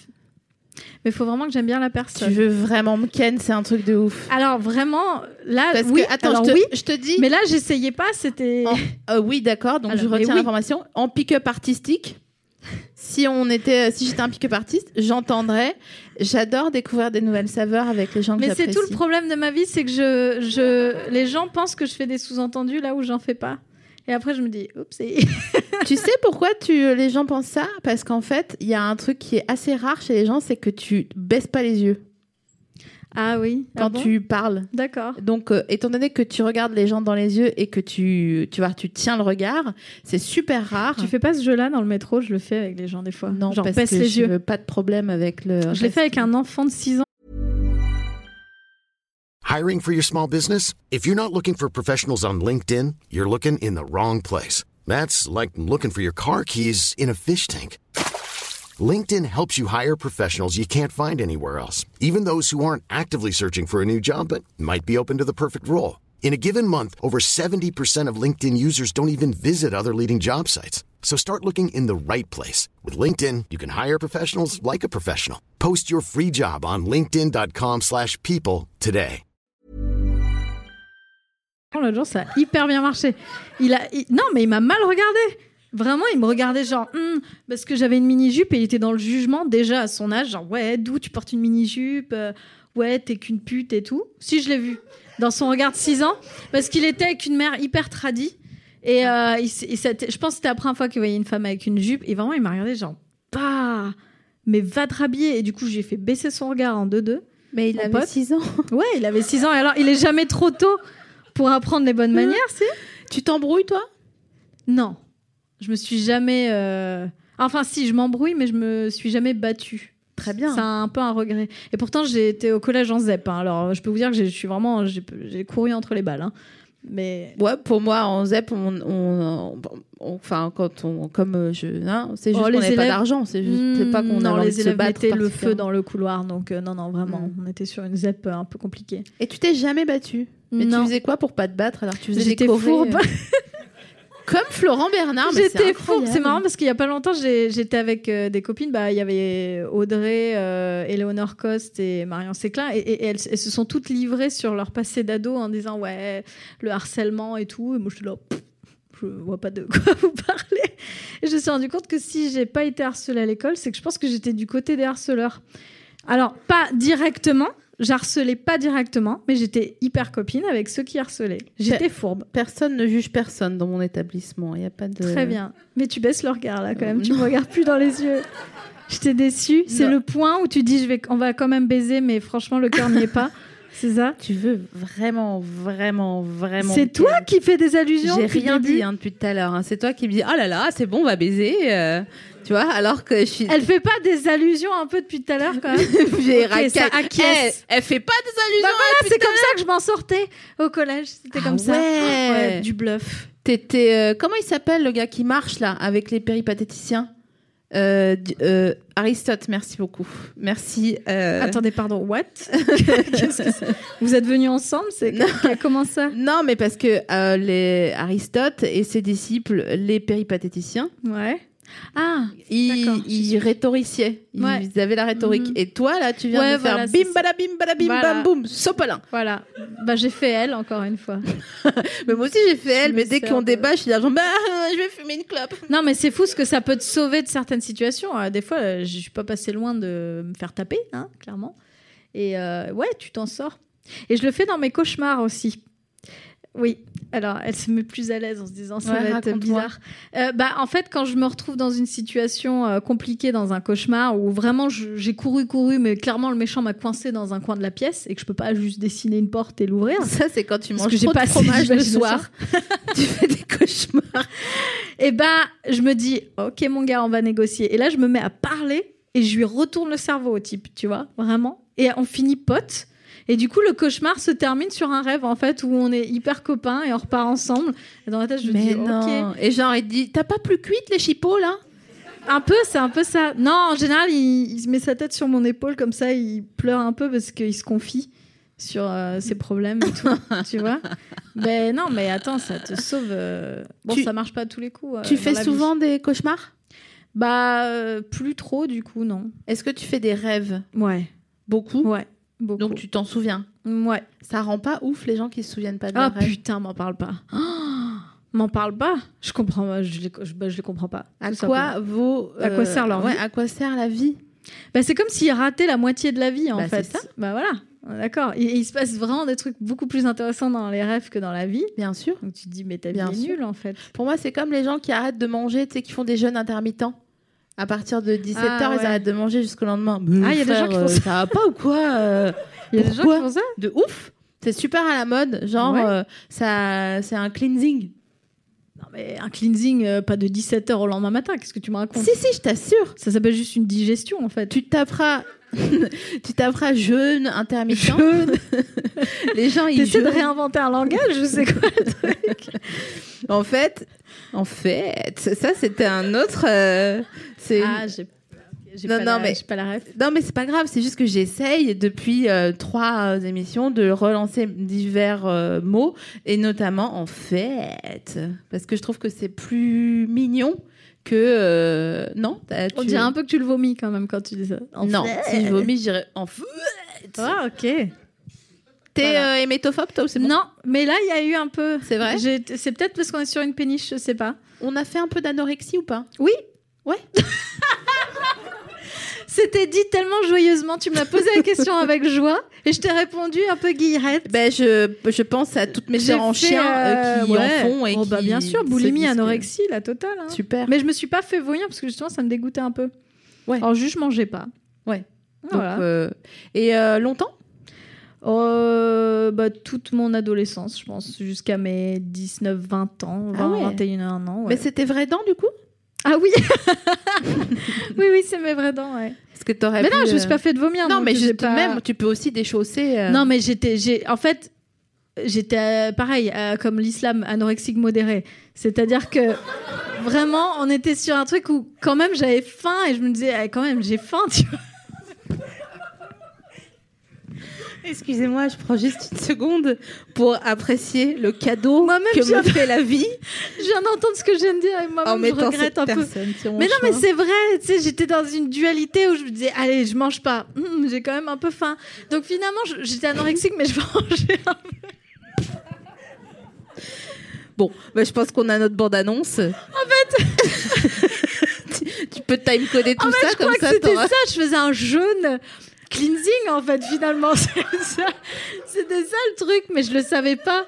C: Mais il faut vraiment que j'aime bien la
B: Tu
C: personne.
B: veux vraiment me ken, c'est un truc de ouf.
C: Alors vraiment, là,
B: Parce
C: Ah, oui,
B: que, attends,
C: alors
B: je, te,
C: oui,
B: je te dis.
C: mais là, j'essayais pas, c'était...
B: En- Euh, oui, d'accord, donc
C: Alors,
B: je
C: mais
B: retiens
C: oui.
B: l'information. En pick-up artistique, si, on était, si j'étais un pick-up artiste, j'entendrais. J'adore découvrir des nouvelles saveurs avec les gens que
C: Mais c'est tout le
B: j'apprécie.
C: problème de ma vie, c'est que je, je, les gens pensent que je fais des sous-entendus là où j'en fais pas. Et après, je me dis, oups, et-
B: Tu sais pourquoi tu, euh, les gens pensent ça Parce qu'en fait, il y a un truc qui est assez rare chez les gens, c'est que tu baisses pas les yeux
C: Ah oui.
B: quand
C: Ah bon
B: tu parles.
C: D'accord.
B: Donc, euh, étant donné que tu regardes les gens dans les yeux et que tu, tu vois, tu tiens le regard, c'est super rare.
C: Tu fais pas ce jeu-là dans le métro, je le fais avec les gens des fois.
B: non,
C: Genre,
B: parce
C: baisse
B: que
C: les
B: je
C: yeux.
B: veux pas de problème avec le.
C: Je l'ai fait avec un enfant de 6 ans.
D: Hiring for your small business? If you're not looking for professionals on LinkedIn, you're looking in the wrong place. That's like looking for your car keys in a fish tank. LinkedIn helps you hire professionals you can't find anywhere else, even those who aren't actively searching for a new job but might be open to the perfect role. In a given month, over 70% of LinkedIn users don't even visit other leading job sites. So start looking in the right place. With LinkedIn, you can hire professionals like a professional. Post your free job on linkedin.com/people slash people today.
C: L'autre jour, ça a hyper bien marché. Il a, il- Non, mais il m'a mal regardé. Vraiment, il me regardait genre, Hum, parce que j'avais une mini-jupe et il était dans le jugement déjà à son âge, genre, ouais, d'où tu portes une mini-jupe Euh, Ouais, t'es qu'une pute et tout. Si, je l'ai vu. Dans son regard de 6 ans, parce qu'il était avec une mère hyper tradie. Et euh, il s- il s'était- je pense que c'était la première fois qu'il voyait une femme avec une jupe. Et vraiment, il m'a regardé genre, bah, mais va te rhabiller. Et du coup, j'ai fait baisser son regard en deux-deux.
B: Mais il
C: Mon
B: avait
C: pote.
B: 6 ans.
C: Ouais, il avait 6 ans. Et alors, il est jamais trop tôt pour apprendre les bonnes manières, si
B: Tu t'embrouilles, toi
C: non, je me suis jamais. euh, Enfin, si, je m'embrouille, mais je me suis jamais battue.
B: Très bien.
C: C'est un peu un regret. Et pourtant, j'ai été au collège en ZEP. hein. Alors, je peux vous dire que j'ai- je suis vraiment. J'ai j'ai couru entre les balles. hein. Mais
B: Ouais, pour moi, en ZEP, on, on- on- enfin, quand on, comme euh, je, hein, c'est juste
C: Oh, les
B: qu'on n'avait pas
C: élèves- Hmm,
B: d'argent, c'est juste c'est pas qu'on a
C: non,
B: envie de
C: les
B: se
C: élèves
B: battre.
C: mettaient le feu
B: particulièrement.
C: dans le couloir, donc euh, non, non, vraiment,
B: Mm.
C: on était sur une ZEP euh, un peu compliquée.
B: Et tu t'es jamais battue. Mais
C: non.
B: tu faisais quoi pour pas te battre alors que tu faisais des
C: J'étais
B: corées,
C: fourbe.
B: euh, Comme Florent Bernard, mais c'est
C: J'étais fourbe.
B: incroyable.
C: C'est marrant parce qu'il y a pas longtemps, j'ai- j'étais avec euh, des copines. Bah, il y avait Audrey, euh, Éléonore Coste et Marion Séclin. Et, et- et elles, elles se sont toutes livrées sur leur passé d'ado en disant ouais, le harcèlement et tout. Et moi, je là, Pff, je vois pas de quoi vous parlez. Et je me suis rendu compte que si j'ai pas été harcelée à l'école, c'est que je pense que j'étais du côté des harceleurs. Alors, pas directement. J'harcelais pas directement, mais j'étais hyper copine avec ceux qui harcelaient. J'étais fourbe.
B: Personne ne juge personne dans mon établissement. Il y a pas de.
C: Très bien. Mais tu baisses le regard là quand
B: Euh,
C: même. Tu me regardes plus dans les yeux. Je t'ai déçue. C'est
B: Non.
C: le point où tu dis je vais, on va quand même baiser, mais franchement le cœur n'y est pas. C'est ça.
B: Tu veux vraiment, vraiment, vraiment.
C: C'est toi qui fais des allusions.
B: J'ai
C: depuis le
B: rien
C: début.
B: dit hein, depuis tout à l'heure. hein. C'est toi qui me dis oh là là, c'est bon, on va baiser. euh, tu vois, alors que je suis.
C: Elle fait pas des allusions un peu depuis tout à l'heure quand même.
B: J'ai
C: Ok,
B: raca-
C: ça
B: elle,
C: acquiesce.
B: elle fait pas des allusions.
C: Bah
B: hein,
C: voilà, c'est comme ça que je m'en sortais au collège. C'était
B: Ah
C: comme ça.
B: ouais.
C: Du bluff.
B: T'étais. euh, comment il s'appelle le gars qui marche là avec les péripatéticiens Euh, du- euh, Aristote, merci beaucoup. Merci. euh,
C: Attendez, pardon. What Qu'est-ce que c'est Vous êtes venus ensemble C'est
B: Non.
C: comment ça
B: Non, mais parce que euh, les Aristote et ses disciples, les péripatéticiens,
C: Ouais. Ah. D'accord,
B: ils,
C: je
B: ils
C: suis-
B: rhétoriciaient. Ils
C: Ouais.
B: avaient la rhétorique.
C: Mhm.
B: Et toi, là, tu viens
C: Ouais,
B: de faire
C: voilà, c'est
B: bim,
C: ça.
B: bada, bim, bada, bim,
C: Voilà.
B: bam, boum, sopalin.
C: Voilà. Bah j'ai fait elle encore une fois.
B: Mais moi aussi, j'ai fait elle,
C: me
B: mais dès
C: sers
B: qu'on
C: de-
B: débat, je suis là, genre, bah, euh, je vais fumer une clope.
C: Non, mais c'est fou ce que ça peut te sauver de certaines situations. Euh, Des fois, euh, je suis pas passée loin de me faire taper, hein, clairement. Et euh, ouais, tu t'en sors. Et je le fais dans mes cauchemars aussi. Oui. Alors, elle se met plus à l'aise en se disant ça
B: Ouais,
C: va être
B: raconte-moi.
C: bizarre. Euh, bah, en fait, quand je me retrouve dans une situation euh, compliquée dans un cauchemar où vraiment je- j'ai couru, couru, mais clairement le méchant m'a coincé dans un coin de la pièce et que je peux pas juste dessiner une porte et l'ouvrir.
B: Ça, c'est quand tu
C: Parce
B: manges
C: que j'ai
B: trop de
C: pas assez
B: fromage le
C: d'imagination.
B: soir. tu fais des cauchemars.
C: Et ben, je me dis, ok mon gars, on va négocier. Et là, je me mets à parler et je lui retourne le cerveau au type, tu vois, vraiment. Et on finit pote. Et du coup, le cauchemar se termine sur un rêve, en fait, où on est hyper copains et on repart ensemble. Et dans la tête, je me dis, ok.
B: Et genre, il te dit, t'as pas plus cuite les chipots, là
C: Un peu, c'est un peu ça. Non, en général, il, il se met sa tête sur mon épaule, comme ça, il pleure un peu parce qu'il se confie sur euh, ses problèmes et tout, tu vois. Ben non, mais attends, ça te sauve. euh, Bon,
B: Tu-
C: ça marche pas à tous les coups. euh,
B: Tu
C: dans
B: fais
C: la vie.
B: souvent des cauchemars
C: Bah, euh, plus trop, du coup, non.
B: Est-ce que tu fais des rêves
C: Ouais,
B: Beaucoup.
C: ouais, beaucoup.
B: Donc tu t'en souviens.
C: Ouais.
B: Ça rend pas ouf les gens qui se souviennent pas de
C: Ah
B: leurs rêves.
C: putain, m'en parle pas. Oh, m'en parle pas. Je comprends, je les, je, bah, je les comprends pas.
B: À
C: tout simplement.
B: quoi vaut euh,
C: À quoi sert leur
B: ouais,
C: vie
B: À quoi sert la vie
C: bah, C'est comme s'ils rataient la moitié de la vie, en
B: Bah,
C: fait.
B: c'est ça.
C: Bah voilà, On est d'accord. Et, et il se passe vraiment des trucs beaucoup plus intéressants dans les rêves que dans la vie.
B: Bien sûr.
C: Donc tu te dis, mais ta
B: Bien
C: vie est
B: sûr.
C: nulle, en fait.
B: Pour moi, c'est comme les gens qui arrêtent de manger, tu sais, qui font des jeûnes intermittents. À partir de 17h,
C: Ah, ouais.
B: ils arrêtent de manger jusqu'au lendemain. Mais
C: Ah, il y a des gens
B: frère,
C: qui font
B: euh,
C: ça.
B: va pas ou quoi euh,
C: Il y a des gens qui
B: Pourquoi
C: font ça
B: De ouf C'est super à la mode. Genre,
C: Ouais.
B: euh, ça, c'est un cleansing.
C: Non, Ah, mais un cleansing, euh, pas de 17h au lendemain matin, qu'est-ce que tu me racontes
B: Si, si, je t'assure.
C: Ça s'appelle juste une digestion, en fait.
B: Tu taperas. tu taperas jeûne intermittent.
C: Jeûne.
B: Les gens, ils
C: T'essaies de
B: jeûnent.
C: réinventer un langage, je sais quoi.
B: En fait, en fait, ça c'était un autre. euh, c'est une-
C: Ah, j'ai j'ai
B: Non,
C: pas,
B: non,
C: la-
B: mais-
C: j'ai pas la ref.
B: Non mais c'est pas grave, c'est juste que j'essaye depuis euh, trois euh, émissions de relancer divers euh, mots et notamment en fait parce que je trouve que c'est plus mignon que euh, non. t'as-
C: On
B: tu-
C: dirait un peu que tu le vomis quand même quand tu dis ça. En
B: non,
C: fait.
B: si je vomis, je dirais en fait.
C: Ah, ok.
B: T'es
C: Voilà.
B: euh, hémétophobe toi ou c'est bon
C: Non, mais là, il y a eu un peu.
B: C'est vrai
C: J'ai- C'est peut-être parce qu'on est sur une péniche, je sais pas.
B: On a fait un peu d'anorexie ou pas
C: Oui.
B: Ouais.
C: C'était dit tellement joyeusement. Tu me l'as posé la question avec joie et je t'ai répondu un peu guillerette.
B: Ben je, je pense à toutes mes
C: J'ai
B: chères en
C: fait,
B: chien euh,
C: euh,
B: qui
C: ouais.
B: en font et
C: oh,
B: qui
C: bah, bien sûr,
B: se
C: boulimie,
B: disent que-
C: anorexie, la totale. hein.
B: Super.
C: Mais je me suis pas fait vomir parce que justement, ça me dégoûtait un peu.
B: Ouais.
C: Alors, juste, je mangeais pas. Ah,
B: Ouais. Donc,
C: Voilà.
B: euh, et euh, longtemps
C: Euh, bah, toute mon adolescence, je pense, jusqu'à mes 19, 20 ans, 20,
B: Ah ouais.
C: 21, un an. ouais.
B: Mais c'était vrai dents du coup
C: Ah oui Oui, oui, c'est mes vraies dents, ouais.
B: Parce que t'aurais
C: Mais
B: pu,
C: non, je me
B: euh,
C: suis pas fait de vomir.
B: Non,
C: donc
B: mais
C: j'ai
B: je-
C: pas...
B: même, tu peux aussi déchausser. euh,
C: Non, mais j'étais... j'ai- En fait, j'étais euh, pareil, euh, comme l'islam, anorexique modéré. C'est-à-dire que vraiment, on était sur un truc où quand même j'avais faim et je me disais, eh, quand même, j'ai faim, tu vois.
B: Excusez-moi, je prends juste une seconde pour apprécier le cadeau
C: Moi-même,
B: que
C: j'ai-
B: me fait la vie
C: Je viens d'entendre ce que je viens de dire et
B: en
C: moi-même, Oh, je
B: mettant
C: regrette
B: cette
C: un peu.
B: personne sur mon
C: Mais non, mais
B: chemin.
C: c'est vrai, tu sais, j'étais dans une dualité où je me disais, allez, je mange pas, Hum, j'ai quand même un peu faim. Donc finalement, je- j'étais anorexique, mais je mangeais un peu.
B: Bon, bah, je pense qu'on a notre bande-annonce. En fait... tu, tu peux time-coder tout
C: En fait,
B: ça,
C: je
B: comme
C: crois que
B: ça,
C: c'était
B: t'auras...
C: ça, je faisais un jeûne cleansing, en fait, finalement, c'est ça. C'était ça le truc, mais je le savais pas.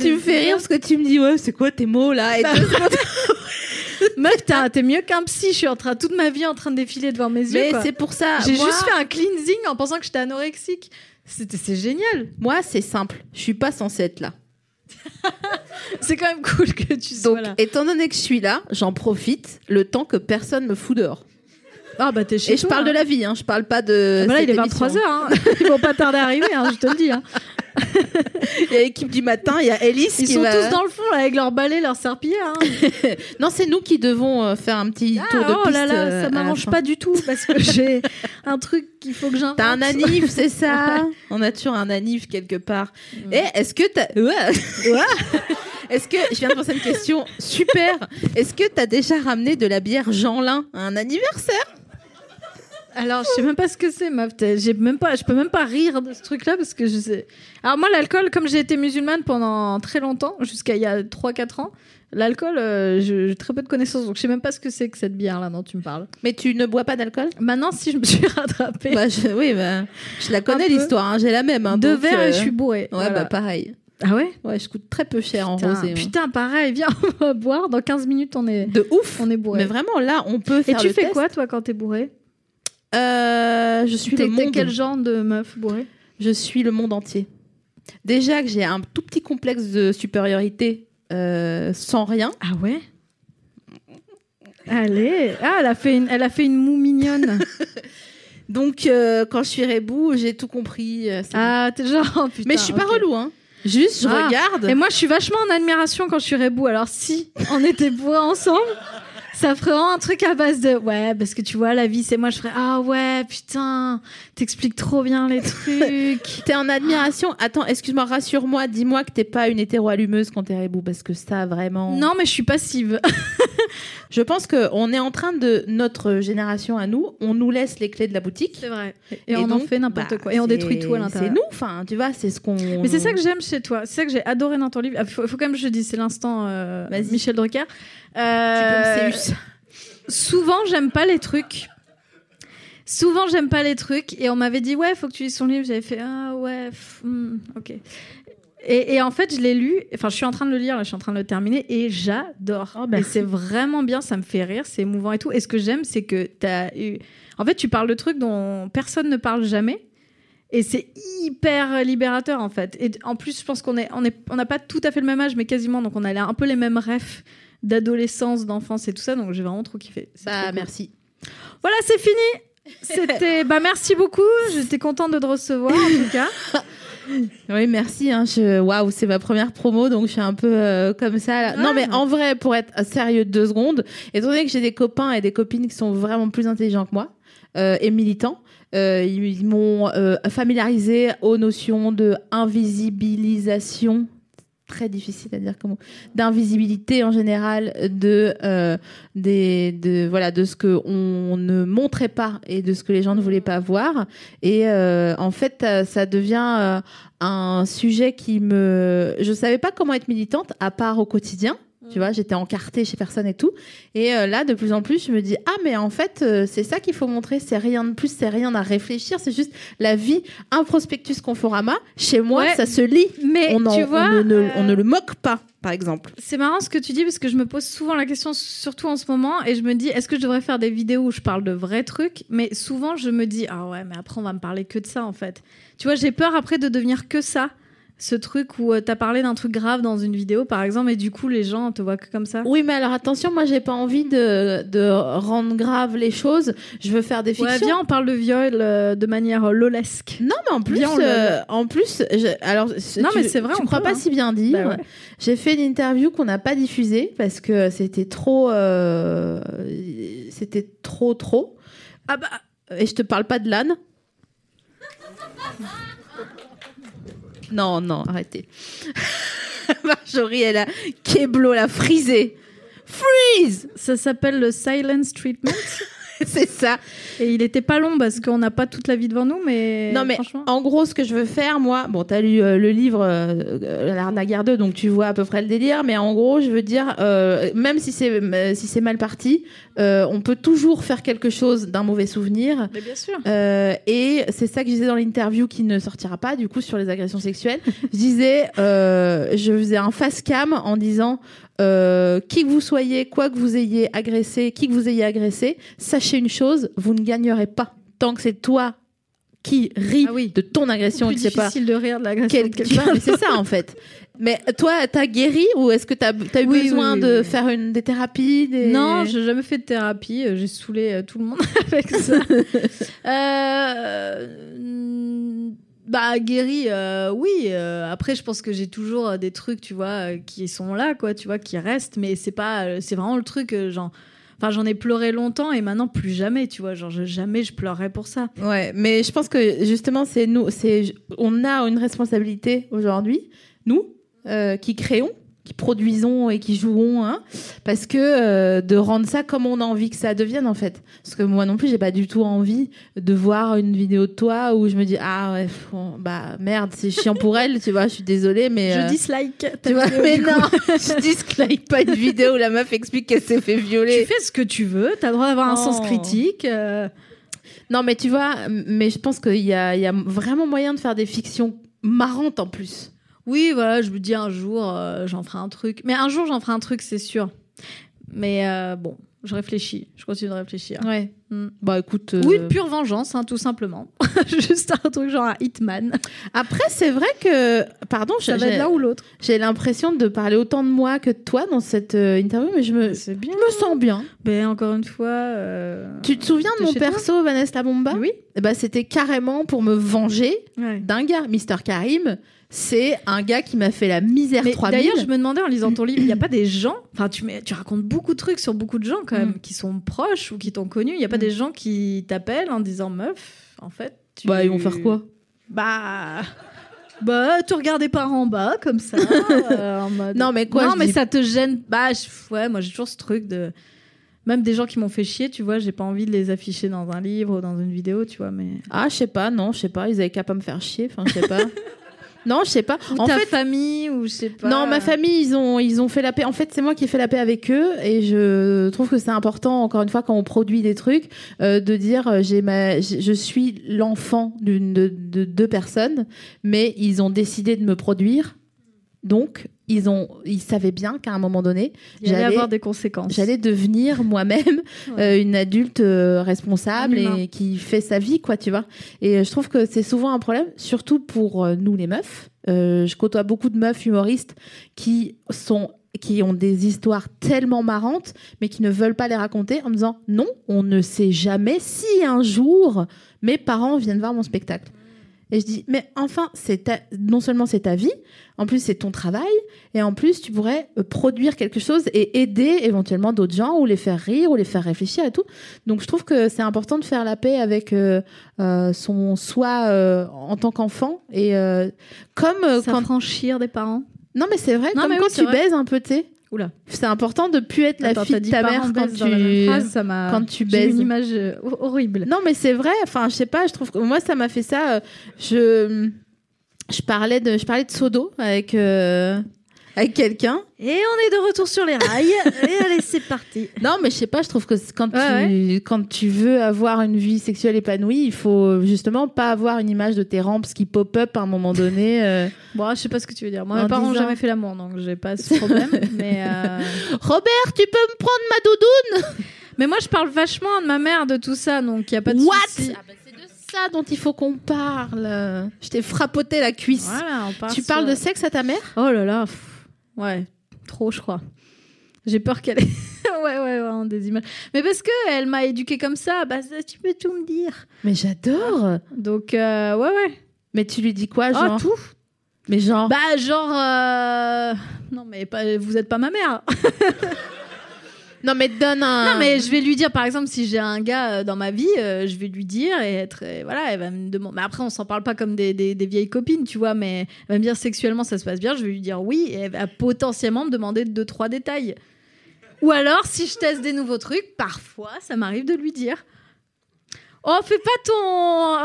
B: Tu me fais rire parce que tu me dis, ouais, c'est quoi tes mots, là Et
C: Bah,
B: deux secondes-
C: Meuf, t'as- t'es mieux qu'un psy, je suis en train, toute ma vie en train de défiler devant mes yeux.
B: Mais
C: quoi.
B: c'est pour ça.
C: J'ai
B: moi-
C: juste fait un cleansing en pensant que j'étais anorexique. C'était- C'est génial.
B: Moi, c'est simple. Je suis pas censée être là.
C: C'est quand même cool que tu sois
B: Donc,
C: là.
B: étant donné que je suis là, j'en profite le temps que personne me fout dehors.
C: Ah bah t'es chez
B: Et je parle de la vie, hein, je parle pas de.
C: Ah bah là, il
B: cette
C: est
B: émission.
C: 23h. Hein. Ils vont pas tarder à arriver, hein, je te le dis. hein.
B: Il y a l'équipe du matin, il y a Elise
C: Ils
B: qui
C: sont
B: va-
C: tous dans le fond, là, avec leurs balais, leurs serpillères. hein.
B: Non, c'est nous qui devons euh, faire un petit tour de
C: Ah, oh
B: piste.
C: là là,
B: euh, à la
C: ça m'arrange
B: fin.
C: pas du tout, parce que j'ai un truc qu'il faut que j'invente.
B: T'as un anif, c'est ça On a toujours un anif quelque part. Et est-ce que t'as. Ouais. Est-ce que. Je viens de penser à une question super. Est-ce que t'as déjà ramené de la bière Jeanlin à un anniversaire
C: Alors, je sais même pas ce que c'est, meuf. T'es- J'ai même pas, je peux même pas rire de ce truc-là parce que je sais. Alors moi, l'alcool, comme j'ai été musulmane pendant très longtemps, jusqu'à il y a 3-4 ans, l'alcool, euh, je- j'ai très peu de connaissances, donc je sais même pas ce que c'est que cette bière-là dont tu me parles.
B: Mais tu ne bois pas d'alcool
C: Maintenant, si je me suis rattrapée,
B: bah, je, Oui, bah, je la connais
C: peu.
B: l'histoire, hein, j'ai la même. Hein,
C: deux
B: donc,
C: verres
B: euh,
C: et je suis bourrée.
B: Ouais,
C: Voilà.
B: bah pareil.
C: ah ouais.
B: Ouais, je coûte très peu cher en
C: Putain,
B: rosé. moi.
C: putain, pareil, viens, on va boire. Dans 15 minutes, on est,
B: De ouf
C: on est bourré.
B: Mais vraiment, là, on peut
C: Et
B: faire
C: tu
B: le
C: fais
B: test.
C: quoi, toi, quand t'es bourré
B: Euh, Je suis
C: T'es
B: le
C: t'es
B: monde.
C: quel genre de meuf bourrée
B: Je suis le monde entier. Déjà que j'ai un tout petit complexe de supériorité euh, sans rien.
C: Ah ouais Allez, ah, elle, a fait une, elle a fait une moue mignonne.
B: Donc, euh, quand je suis rebou, j'ai tout compris. euh, c'est
C: ah, t'es genre, oh,
B: bon.
C: putain.
B: Mais je suis pas
C: ok.
B: relou, hein. Juste, je
C: Ah.
B: regarde.
C: Et moi, je suis vachement en admiration quand je suis rebou. Alors, si on était bourrés ensemble, ça ferait vraiment un truc à base de ouais, parce que tu vois, la vie, c'est moi. Je ferais ah ouais, putain, t'expliques trop bien les trucs.
B: T'es en admiration. Attends, excuse-moi, rassure-moi. Dis-moi que t'es pas une hétéro-allumeuse quand t'es rebou, parce que ça, vraiment.
C: non, mais je suis passive.
B: Je pense que on est en train de notre génération à nous. On nous laisse les clés de la boutique.
C: C'est vrai. Et, on en
B: donc,
C: fait n'importe
B: bah,
C: quoi. Et on
B: c'est-
C: détruit tout à l'intérieur.
B: C'est nous, enfin, tu vois, c'est ce qu'on.
C: Mais c'est ça
B: Mm.
C: que j'aime chez toi. C'est ça que j'ai adoré dans ton livre. Il faut, faut quand même que je le dise, c'est l'instant euh,
B: Vas-y.
C: Michel Drucker.
B: Tu peux
C: Euh,
B: me séus.
C: souvent, j'aime pas les trucs. Souvent, j'aime pas les trucs. Et on m'avait dit, ouais, faut que tu lises son livre. J'avais fait, ah ouais, pff, hmm, ok. Et, et en fait, je l'ai lu. Enfin, je suis en train de le lire, là, je suis en train de le terminer. Et j'adore.
B: Oh,
C: et
B: merci.
C: c'est vraiment bien, ça me fait rire, c'est émouvant et tout. Et ce que j'aime, c'est que t'as eu. En fait, tu parles de trucs dont personne ne parle jamais. Et c'est hyper libérateur en fait. Et en plus, je pense qu'on est, on est, on n'a pas tout à fait le même âge, mais quasiment. Donc on a un peu les mêmes rêves d'adolescence, d'enfance et tout ça. Donc j'ai vraiment trop kiffé. C'est trop
B: Bah,
C: cool.
B: merci.
C: Voilà, c'est fini. C'était, bah merci beaucoup. J'étais contente de te recevoir en tout cas.
B: Oui, merci. Hein, je... Waouh, c'est ma première promo, donc je suis un peu euh, comme ça. là. Non,
C: Ah.
B: mais en vrai, pour être sérieux deux secondes, étant donné que j'ai des copains et des copines qui sont vraiment plus intelligents que moi euh, et militants, euh, ils, ils m'ont euh, familiarisé aux notions de invisibilisation très difficile à dire comment d'invisibilité en général de euh, des de voilà de ce que on ne montrait pas et de ce que les gens ne voulaient pas voir et euh, en fait euh, ça devient euh, un sujet qui me je savais pas comment être militante à part au quotidien tu vois, j'étais encartée chez personne et tout. Et euh, là, de plus en plus, je me dis ah mais en fait, euh, c'est ça qu'il faut montrer. C'est rien de plus, c'est rien à réfléchir. C'est juste la vie. Un prospectus Conforama chez moi,
C: Ouais.
B: ça se lit
C: Mais
B: on, en-
C: tu
B: on
C: vois,
B: ne,
C: euh,
B: on ne le moque pas, par exemple.
C: c'est marrant ce que tu dis parce que je me pose souvent la question, surtout en ce moment, et je me dis, est-ce que je devrais faire des vidéos où je parle de vrais trucs Mais souvent, je me dis, ah ouais, mais après, on va me parler que de ça en fait. Tu vois, j'ai peur après de devenir que ça. ce truc où euh, t'as parlé d'un truc grave dans une vidéo, par exemple, et du coup, les gens te voient que comme ça.
B: Oui, mais alors attention, moi j'ai pas envie de, de rendre grave les choses. Je veux faire des
C: Ouais,
B: fictions.
C: viens, on parle de viol euh, de manière euh, lolesque.
B: Non, mais en plus,
C: Bien, on le-
B: euh, en plus, je- alors c-
C: Non,
B: tu-
C: mais c'est vrai,
B: tu
C: on
B: crois
C: peut,
B: pas
C: hein.
B: si bien dire.
C: Bah ouais.
B: J'ai fait une interview qu'on n'a pas diffusée parce que c'était trop, euh, c'était trop trop.
C: Ah bah,
B: Et je te parle pas de l'âne. Non, non, arrêtez. Marjorie, elle a Keblo, la frisée. Freeze
C: ça s'appelle le silence treatment.
B: C'est ça.
C: et il était pas long parce qu'on n'a pas toute la vie devant nous, mais.
B: Non mais
C: Franchement.
B: en gros ce que je veux faire moi, bon t'as lu euh, le livre euh, euh, La Naguère 2 donc tu vois à peu près le délire mais en gros je veux dire euh, même si c'est euh, si c'est mal parti, euh, on peut toujours faire quelque chose d'un mauvais souvenir.
C: Mais bien sûr.
B: Euh, et c'est ça que je disais dans l'interview qui ne sortira pas du coup sur les agressions sexuelles. Je disais, euh, je faisais un face cam en disant euh, qui que vous soyez, quoi que vous ayez agressé, qui que vous ayez agressé, sachez une chose, vous ne gagnerez pas tant que c'est toi qui ris
C: Ah oui.
B: de ton agression.
C: plus
B: Tu sais pas
C: difficile de rire de l'agression
B: quel-
C: de quelqu'un.
B: mais c'est ça en fait. Mais toi, t'as guéri ou est-ce que t'as as eu
C: Oui,
B: besoin
C: oui, oui,
B: de
C: oui.
B: faire une des thérapies des...
C: Non, j'ai jamais fait de thérapie. euh, J'ai saoulé euh, tout le monde avec ça. Euh, mm, bah guéri, euh, oui. euh, après, je pense que j'ai toujours euh, des trucs, tu vois, euh, qui sont là, quoi, tu vois, qui restent. Mais c'est pas, euh, c'est vraiment le truc, euh, genre. Enfin, j'en ai pleuré longtemps et maintenant plus jamais, tu vois. Genre, je- jamais je pleurerai pour ça.
B: Ouais, mais je pense que justement, c'est nous, c'est on a une responsabilité aujourd'hui, nous, euh, qui créons, qui produisons et qui jouons, hein, parce que euh, de rendre ça comme on a envie que ça devienne en fait. Parce que moi non plus, j'ai pas du tout envie de voir une vidéo de toi où je me dis ah ouais, pff, bon, bah merde, c'est chiant pour elle, tu vois, je suis désolée, mais euh,
C: Je dislike. ta
B: tu vois,
C: vidéo,
B: mais
C: du
B: non,
C: coup.
B: je dislike pas une vidéo où la meuf explique qu'elle s'est fait violer.
C: Tu fais ce que tu veux. T'as le droit d'avoir un sens
B: Oh.
C: critique. euh,
B: Non, mais tu vois, m- mais je pense qu'il y a, il y a vraiment moyen de faire des fictions marrantes en plus.
C: Oui, voilà, je me dis un jour, euh, j'en ferai un truc. Mais un jour, j'en ferai un truc, c'est sûr. Mais euh, bon, je réfléchis. Je continue de réfléchir.
B: Ouais.
C: Mm.
B: Bah écoute. euh,
C: Ou une pure vengeance, hein, tout simplement. Juste un truc genre un Hitman.
B: Après, c'est vrai que. Pardon, je-
C: Ça va être
B: j'ai,
C: l'un ou l'autre.
B: j'ai l'impression de parler autant de moi que de toi dans cette euh, interview, mais je me, je
C: C'est bien.
B: me sens bien.
C: Ben, encore une fois. euh,
B: Tu te souviens de
C: T'es
B: mon
C: chez toi
B: perso, Vanessa La Bomba
C: Oui.
B: Eh ben, C'était carrément pour me venger
C: Ouais.
B: d'un gars. Mister Karim, c'est un gars qui m'a fait la misère
C: Mais
B: 3000.
C: d'ailleurs, je me demandais en lisant ton livre, il n'y a pas des gens. Enfin, tu, mets- tu racontes beaucoup de trucs sur beaucoup de gens quand même
B: Mm.
C: qui sont proches ou qui t'ont connu. Il n'y a pas
B: Mm.
C: des gens qui t'appellent en disant meuf, en fait. tu-
B: Bah, ils vont faire quoi
C: Bah. Bah, tu regardais par en bas, comme ça. euh, en mode-
B: Non, mais quoi,
C: Non,
B: je
C: mais
B: dis-
C: ça te gêne. Bah, je- ouais, moi j'ai toujours ce truc de. Même des gens qui m'ont fait chier, tu vois, j'ai pas envie de les afficher dans un livre ou dans une vidéo, tu vois, mais.
B: Ah, je sais pas, non, je sais pas, ils avaient qu'à pas me faire chier, enfin, je sais pas. non, je sais pas.
C: Ou
B: en
C: ta
B: fait,
C: famille, ou je sais pas. euh,
B: non, ma famille, ils ont, ils ont fait la paix. En fait, c'est moi qui ai fait la paix avec eux et je trouve que c'est important, encore une fois, quand on produit des trucs, euh, de dire euh, j'ai ma, j- je suis l'enfant d'une de, de deux personnes, mais ils ont décidé de me produire, donc ils ont, ils savaient bien qu'à un moment donné,
C: Il y allait
B: j'allais-
C: avoir des conséquences.
B: j'allais devenir moi-même
C: Ouais.
B: euh, une adulte euh, responsable
C: Un humain.
B: et qui fait sa vie, quoi, tu vois. Et euh, je trouve que c'est souvent un problème, surtout pour euh, nous les meufs. Euh, je côtoie beaucoup de meufs humoristes qui sont qui ont des histoires tellement marrantes, mais qui ne veulent pas les raconter en me disant non, on ne sait jamais si un jour mes parents viennent voir mon spectacle. Et je dis mais enfin, c'est ta- non seulement c'est ta vie, en plus c'est ton travail, et en plus tu pourrais euh, produire quelque chose et aider éventuellement d'autres gens ou les faire rire ou les faire réfléchir et tout. Donc je trouve que c'est important de faire la paix avec euh, euh, son soi euh, en tant qu'enfant et euh, comme euh, quand
C: S'affranchir des parents.
B: non, mais c'est vrai,
C: Non,
B: comme
C: mais
B: quand
C: oui, c'est
B: tu
C: vrai.
B: baises un peu, tu sais.
C: Oula.
B: C'est important de plus être la
C: Attends,
B: fille
C: t'as
B: de
C: dit
B: ta mère
C: parents
B: quand
C: baisent dans la même
B: tu...
C: phrase, ça m'a-
B: quand tu
C: j'ai eu
B: baises.
C: une image euh, ho- horrible.
B: Non, mais c'est vrai. Enfin, je sais pas, je trouve que moi, ça m'a fait ça. euh, Je... Je, parlais de... je parlais de Sodo avec, euh, avec quelqu'un.
C: Et on est de retour sur les rails. et allez, c'est parti.
B: Non, mais je sais pas, je trouve que c'est- quand,
C: Ouais,
B: tu... quand tu veux avoir une vie sexuelle épanouie, il faut euh, justement pas avoir une image de tes rampes qui pop-up à un moment donné. euh,
C: Bon, je sais pas ce que tu veux dire. Moi,
B: En
C: mes parents n'ont
B: disant-
C: jamais fait l'amour, donc j'ai pas ce problème. mais, euh,
B: Robert, tu peux me prendre ma doudou
C: mais moi, je parle vachement de ma mère, de tout ça, donc il y a pas de
B: What Ah, bah,
C: souci.
B: ça dont il faut qu'on parle. Je t'ai frappoté la cuisse. Ah,
C: Voilà, on parle
B: tu parles de
C: sur-
B: sexe à ta mère
C: Oh là là, pff, ouais, trop je crois. J'ai peur qu'elle ait... ouais, ouais, ouais, on a des images. Mais parce que elle m'a éduquée comme ça, bah ça, tu peux tout me dire.
B: Mais j'adore. Oh,
C: Donc, euh, ouais, ouais.
B: Mais tu lui dis quoi,
C: Ah,
B: genre
C: tout
B: Mais genre,
C: Bah genre... euh, Non mais pas... vous êtes pas ma mère.
B: non mais donne un.
C: Non mais je vais lui dire, par exemple, si j'ai un gars euh, dans ma vie, euh, je vais lui dire et être... et voilà, elle va me demander... Mais après, on s'en parle pas comme des, des- des vieilles copines, tu vois, mais elle va me dire sexuellement ça se passe bien, je vais lui dire oui et elle va potentiellement me demander deux, trois détails. Ou alors, si je teste des nouveaux trucs, parfois, ça m'arrive de lui dire. Oh, fais pas ton...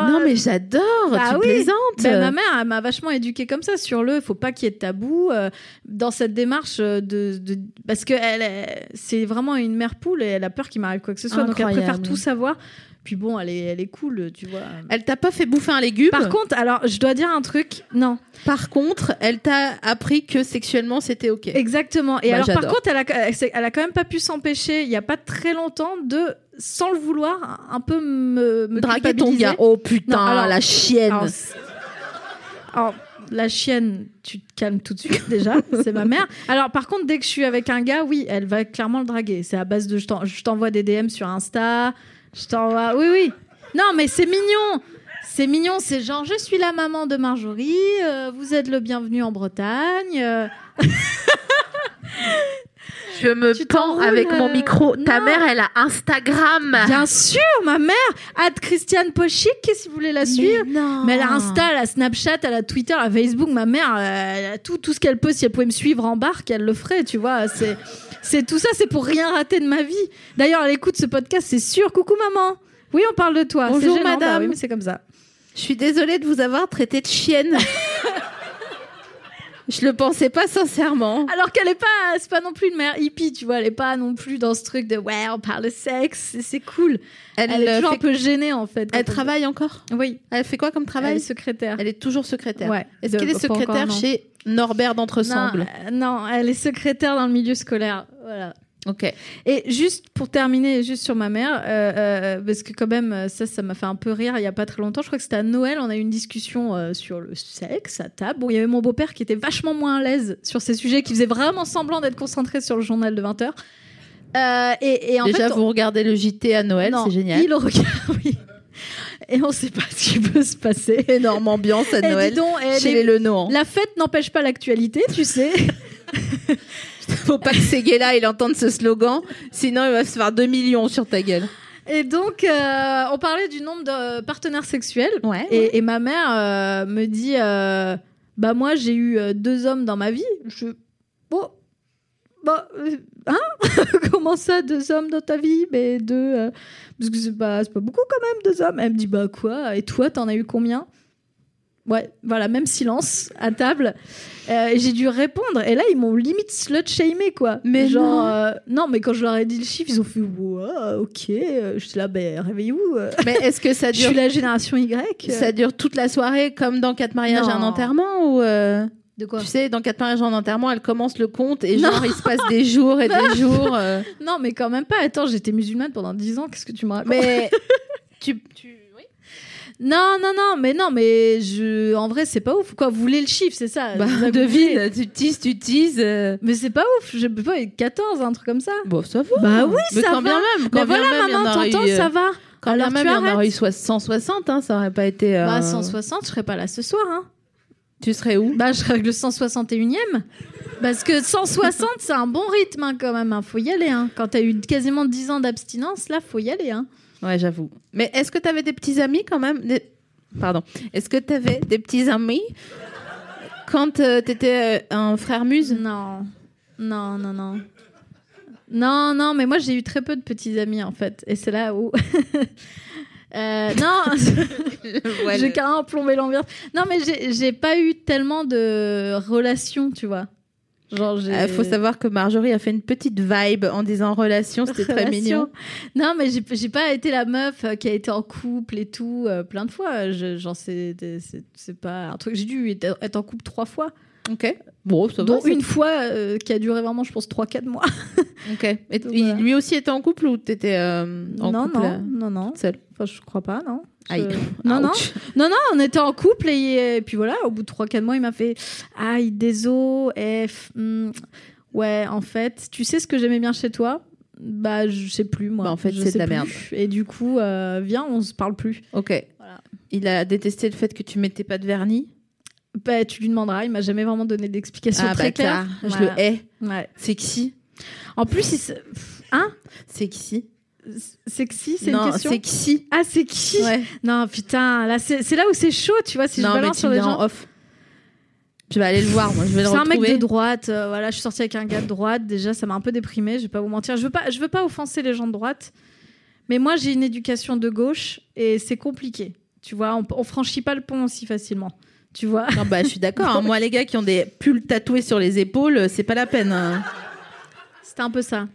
C: euh,
B: Non, mais j'adore.
C: Bah
B: tu
C: oui.
B: plaisantes.
C: ben, ma mère, elle m'a vachement éduquée comme ça sur le faut pas qu'il y ait de tabou euh, dans cette démarche euh, de, de- parce que elle est- c'est vraiment une mère poule et elle a peur qu'il m'arrive quoi que ce soit donc elle
B: Incroyable.
C: préfère tout savoir. Puis bon, elle est elle est cool, tu vois.
B: Elle t'a pas fait bouffer un légume.
C: Par contre, alors je dois dire un truc. Non,
B: Par contre, elle t'a appris que sexuellement c'était ok.
C: exactement. Et
B: Bah,
C: alors par
B: j'adore.
C: contre, elle a elle s'est- elle a quand même pas pu s'empêcher. Il y a pas très longtemps de sans le vouloir un peu me, me
B: Draguer ton
C: culpabiliser.
B: gars. Oh putain,
C: Non, alors-
B: la chienne.
C: Alors, c'est- alors, Ah, oh, la chienne, tu te calmes tout de suite déjà, c'est ma mère. Alors par contre, dès que je suis avec un gars, oui, elle va clairement le draguer. C'est à base de je t'en- je t'envoie des DM sur Insta, je t'envoie... Oui, oui. Non, mais c'est mignon. C'est mignon, c'est genre je suis la maman de Marjorie, euh, vous êtes le bienvenu en Bretagne. euh,
B: je me
C: tu
B: pends
C: t'enroules,
B: avec mon
C: euh,
B: micro. Ta
C: non.
B: mère, elle a Instagram.
C: Bien sûr, ma mère, ad Christiane Pochic, si vous voulez la suivre.
B: Mais, non.
C: Mais elle a Insta, elle a Snapchat, elle a Twitter, elle a Facebook. Ma mère, euh, elle a tout, tout ce qu'elle peut. Si elle pouvait me suivre en barque, elle le ferait, tu vois. C'est, c'est tout ça, c'est pour rien rater de ma vie. D'ailleurs, elle écoute ce podcast, c'est sûr. Coucou maman. Oui, on parle de toi. C'est
B: Bonjour,
C: gênant.
B: madame.
C: Bah oui, mais c'est comme ça.
B: Je suis désolée de vous avoir traité de chienne. je le pensais pas sincèrement.
C: Alors qu'elle est pas, c'est pas non plus une mère hippie, tu vois. Elle est pas non plus dans ce truc de ouais, on parle de sexe, c'est, c'est cool.
B: Elle,
C: Elle, est
B: euh,
C: toujours
B: fait-
C: un peu gênée en fait. quand
B: elle
C: on-
B: travaille encore.
C: Oui.
B: Elle fait quoi comme
C: Elle est
B: travail
C: secrétaire.
B: Elle est toujours secrétaire.
C: Ouais.
B: Est-ce
C: De-
B: qu'elle est
C: pas encore,
B: secrétaire
C: non.
B: chez Norbert
C: non,
B: d'Entresemble
C: euh, non, elle est secrétaire dans le milieu scolaire. Voilà.
B: Ok.
C: Et juste pour terminer, juste sur ma mère, euh, euh, parce que quand même, euh, ça, ça m'a fait un peu rire il y a pas très longtemps. Je crois que c'était à Noël, on a eu une discussion euh, sur le sexe à table. Bon, il y avait mon beau-père qui était vachement moins à l'aise sur ces sujets, qui faisait vraiment semblant d'être concentré sur le journal de 20h. Euh, et, et en
B: Déjà,
C: fait, on-
B: vous regardez le JT à Noël,
C: non,
B: c'est génial.
C: Il le regarde, oui. Et on sait pas ce qui peut se passer.
B: Énorme ambiance à
C: Eh, dis
B: Noël
C: donc, eh,
B: chez
C: les-
B: les Lenoir.
C: La fête n'empêche pas l'actualité, tu sais.
B: Faut pas que Seguela il entende ce slogan, sinon il va se faire 2 millions sur ta gueule.
C: Et donc, euh, on parlait du nombre de euh, partenaires sexuels.
B: Ouais.
C: Et, et ma mère euh, me dit euh, Bah, moi, j'ai eu euh, deux hommes dans ma vie. Je. Bon. Bah, euh, hein Comment ça, deux hommes dans ta vie Mais deux. euh, Parce que c'est pas, c'est pas beaucoup quand même, deux hommes. Elle me dit Bah, quoi Et toi, t'en as eu combien Ouais, voilà, même silence à table. Euh, et j'ai dû répondre. Et là, ils m'ont limite slut-shamé, quoi.
B: Mais
C: Genre,
B: non.
C: euh, non, mais quand je leur ai dit le chiffre, ils ont fait Ouais, ok. Euh, J'étais là, ben, réveillez-vous. euh.
B: Mais est-ce que ça
C: Je
B: dure
C: suis la génération Y. Euh,
B: ça dure toute la soirée comme dans Quatre mariages et un
C: Non.
B: enterrement ou euh,
C: De quoi
B: tu sais dans Quatre mariages et un enterrement, elle commence le compte et
C: Non.
B: genre il se passe des jours et des jours euh,
C: Non, mais quand même pas. Attends, j'étais musulmane pendant 10 ans. Qu'est-ce que tu me racontes
B: mais tu, tu- oui.
C: Non, non, non, mais non, mais je... en vrai, c'est pas ouf. Quoi, vous voulez le chiffre, c'est ça
B: Bah,
C: Vous avez-
B: devine, tu teases, tu teases. euh.
C: Mais c'est pas ouf. Je peux pas être 14, un truc comme ça.
B: Bon, ça va.
C: Bah oui,
B: Mais
C: ça
B: quand
C: va.
B: bien même, quand bien
C: mais voilà,
B: même, il y en
C: maman,
B: aurait
C: t'entends,
B: eu, euh,
C: ça va.
B: Quand bien
C: Alors,
B: même,
C: tu
B: il y en aurait eu
C: arrêtes.
B: soit 160, hein, ça aurait pas été. euh,
C: Bah, 160, je serais pas là ce soir. Hein.
B: Tu serais où
C: Bah, je serais avec le 161ème. Parce que 160, c'est un bon rythme hein, quand même. Hein. Faut y aller. Hein. Quand t'as eu quasiment 10 ans d'abstinence, là, faut y aller. Hein.
B: Ouais, j'avoue. Mais est-ce que t'avais des petits amis quand même Des- Pardon. Est-ce que t'avais des petits amis quand euh, t'étais euh, un frère muse
C: Non, non, non, non. Non, non, mais moi j'ai eu très peu de petits amis en fait. Et c'est là où. Euh, non, j'ai carrément plombé l'ambiance. Non, mais j'ai- j'ai pas eu tellement de relations, tu vois. Genre, j'ai.
B: Il Ah, Euh, faut savoir que Marjorie a fait une petite vibe en disant relation, c'était très
C: Relations.
B: mignon.
C: Non, mais j'ai j'ai pas été la meuf euh, qui a été en couple et tout euh, plein de fois. Je- Genre, c'est c'est- c'est pas un truc. J'ai dû être être en couple trois fois.
B: Ok. Bon, ça va.
C: dont une fois euh, qui a duré vraiment, je pense, trois, quatre mois.
B: c'est- Ok. Et t-
C: Donc, voilà.
B: Lui aussi était en couple ou t'étais euh, en
C: non,
B: couple
C: non,
B: euh,
C: non, non.
B: seule
C: Enfin, je crois pas, non. Je-
B: Aïe.
C: Non, non.
B: Ouch.
C: Non, non, on était en couple et, et puis voilà, au bout de 3-4 mois, il m'a fait Aïe, désolé, eh, f- hmm, ouais, en fait, tu sais ce que j'aimais bien chez toi Bah, je sais plus, moi.
B: Bah, en fait,
C: Je
B: c'est de
C: sais
B: la
C: plus.
B: merde.
C: Et du coup, euh, viens, on se parle plus.
B: Ok.
C: Voilà.
B: Il a détesté le fait que tu mettais pas de vernis.
C: Bah, tu lui demanderas, il m'a jamais vraiment donné d'explication
B: ah,
C: très
B: bâtard.
C: claire.
B: Je
C: Voilà.
B: le hais.
C: Ouais.
B: Sexy.
C: En plus, il se- pff, hein
B: Sexy.
C: Sexy, c'est une
B: Non,
C: question
B: sexy.
C: Ah, c'est qui
B: Ouais.
C: Non, putain, là, c'est c'est là où c'est chaud, tu vois, si je
B: non, mais
C: balance
B: tu
C: sur
B: me
C: les
B: dis
C: gens.
B: en off. Je vais aller le voir, moi. Je vais le
C: C'est un
B: retrouver.
C: mec de droite. euh, voilà, je suis sortie avec un gars de droite. Déjà, ça m'a un peu déprimée. Je vais pas vous mentir. Je veux pas, je veux pas offenser les gens de droite. Mais moi, j'ai une éducation de gauche et c'est compliqué. Tu vois, on, on franchit pas le pont aussi facilement. Tu vois.
B: Non, bah, je suis d'accord. hein. Moi, les gars qui ont des pulls tatoués sur les épaules, euh, c'est pas la peine. hein.
C: C'était un peu ça.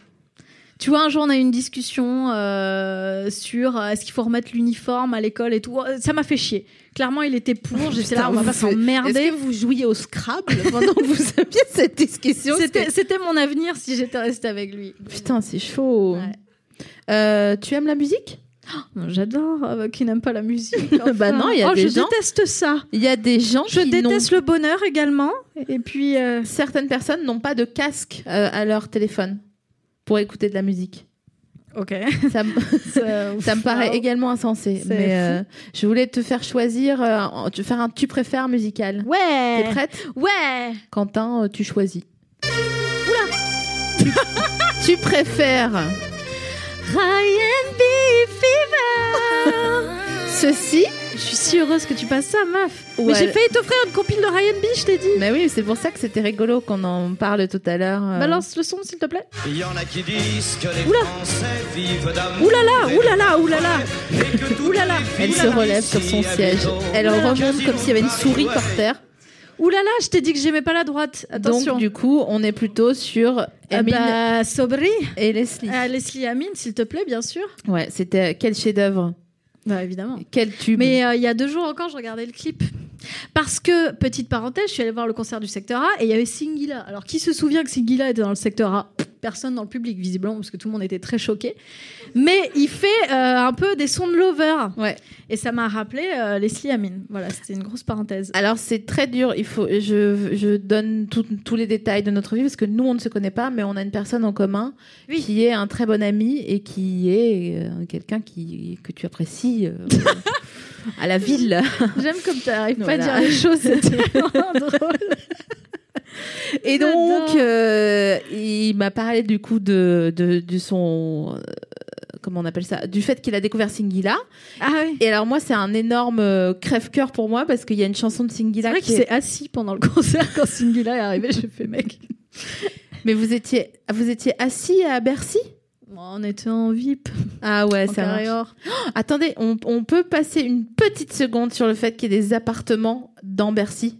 C: Tu vois, un jour, on a eu une discussion euh, sur euh, est-ce qu'il faut remettre l'uniforme à l'école et tout. Oh, Ça m'a fait chier. Clairement, il était pour. J'étais
B: Putain,
C: là, on va
B: vous
C: pas
B: faites-
C: s'emmerder.
B: Est-ce que vous jouiez au Scrabble pendant que vous aviez cette discussion Parce
C: C'était c'était mon avenir si j'étais restée avec lui.
B: que- Putain, c'est chaud.
C: Ouais.
B: Euh, tu aimes la musique
C: J'adore euh, qui n'aime pas la musique.
B: Bah non, il y a
C: oh,
B: des
C: je
B: gens-
C: déteste ça.
B: Il y a des gens
C: Je
B: qui n'ont-
C: déteste le bonheur également. Et puis, euh,
B: Certaines personnes n'ont pas de casque euh, à leur téléphone pour écouter de la musique.
C: ok.
B: Ça me,
C: Ça,
B: ça me paraît
C: Wow.
B: également insensé.
C: C'est
B: Mais euh, je voulais te faire choisir, euh, en- te faire un tu préfères musical. T'es
C: Ouais.
B: prête
C: Ouais.
B: Quentin, euh, tu choisis. Tu préfères
C: Ryan B. Fever.
B: ceci
C: je suis si heureuse que tu passes ça, meuf.
B: Ouais.
C: Mais j'ai failli t'offrir une compile de Ryan B. Je t'ai dit.
B: Mais oui, c'est pour ça que c'était rigolo qu'on en parle tout à l'heure. euh.
C: Balance le son, s'il te plaît.
E: Il y en a qui disent que les
C: Oula.
E: Français vivent d'amour.
C: Oulala, oulala, oulala.
E: Et que toutes
C: Oulala.
E: les filles
B: Elle se
C: hein.
B: relève sur son
E: ici
B: siège.
E: habitent au-
B: Elle remonte
E: Casino
B: comme s'il y avait une
E: Paris,
B: souris
E: ouais.
B: par terre.
C: Oulala, je t'ai dit que j'aimais pas la droite. Attention.
B: Donc, du coup, on est plutôt sur
C: Ah
B: Emile
C: bah, Sobri.
B: et Leslie.
C: Ah, Leslie Amine, s'il te plaît, bien sûr.
B: Ouais, c'était euh, quel chef-d'œuvre
C: Bah, évidemment.
B: Quel tube
C: Mais euh, il y a deux jours encore, je regardais le clip. Parce que, petite parenthèse, je suis allée voir le concert du secteur A et il y avait Singila. Alors, qui se souvient que Singila était dans le secteur A Personne dans le public, visiblement, parce que tout le monde était très choqué. Mais il fait euh, un peu des sons de lover.
B: Ouais.
C: Et ça m'a rappelé euh, Leslie Amin. Voilà, c'était une grosse parenthèse.
B: Alors c'est très dur. Il faut, je, je donne tout- tous les détails de notre vie parce que nous on ne se connaît pas, mais on a une personne en commun
C: Oui.
B: qui est un très bon ami et qui est euh, quelqu'un qui que tu apprécies euh, à la ville.
C: J'aime comme tu n'arrives
B: Voilà.
C: pas à dire les choses, c'est tellement drôle.
B: Et
C: J'adore.
B: donc euh, il m'a parlé du coup de de, de son euh, comment on appelle ça, du fait qu'il a découvert Singila.
C: Ah oui.
B: Et alors moi c'est un énorme euh, crève-cœur pour moi parce qu'il y a une chanson de
C: C'est
B: Singila
C: vrai
B: qui
C: qu'il
B: est...
C: s'est assis pendant le concert quand Singila est arrivé. J'ai fait, mec,
B: Mais vous étiez vous étiez assis à Bercy.
C: on était en VIP.
B: Ah ouais,
C: en
B: ça marche.
C: carré or.
B: Oh, Attendez, on, on peut passer une petite seconde sur le fait qu'il y ait des appartements dans Bercy.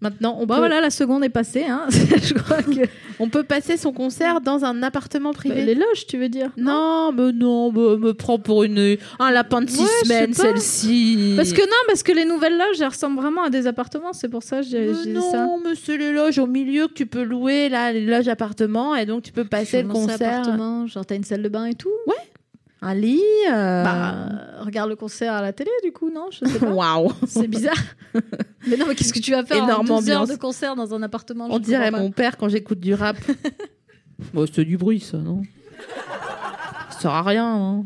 B: Maintenant, on,
C: Bon
B: peut,
C: voilà, la seconde est passée. Hein. je crois que
B: on peut passer son concert dans un appartement privé.
C: Bah, les loges, tu veux dire
B: Bah, Non, mais non, me, me prend pour une un lapin de six
C: Ouais, je sais
B: semaines,
C: pas.
B: celle-ci.
C: Parce que non, parce que les nouvelles loges, elles ressemblent vraiment à des appartements. C'est pour ça que j'ai
B: Mais
C: j'ai dit
B: non,
C: ça.
B: mais c'est les loges au milieu que tu peux louer, là, les loges appartements, et donc tu peux passer Bah, le
C: Comment ça,
B: concert.
C: appartement Genre t'as une salle de bain et tout.
B: Un lit. euh,
C: Bah, euh, regarde le concert à la télé, du coup, non Je sais pas.
B: Waouh.
C: C'est bizarre. mais non, mais qu'est-ce que tu vas faire
B: Énorme
C: en 12 heures
B: ambiance.
C: de concert dans un appartement
B: On
C: je
B: dirait
C: comprends
B: mon père quand j'écoute du rap. Bon, c'est du bruit, ça, non Ça sert à rien. hein.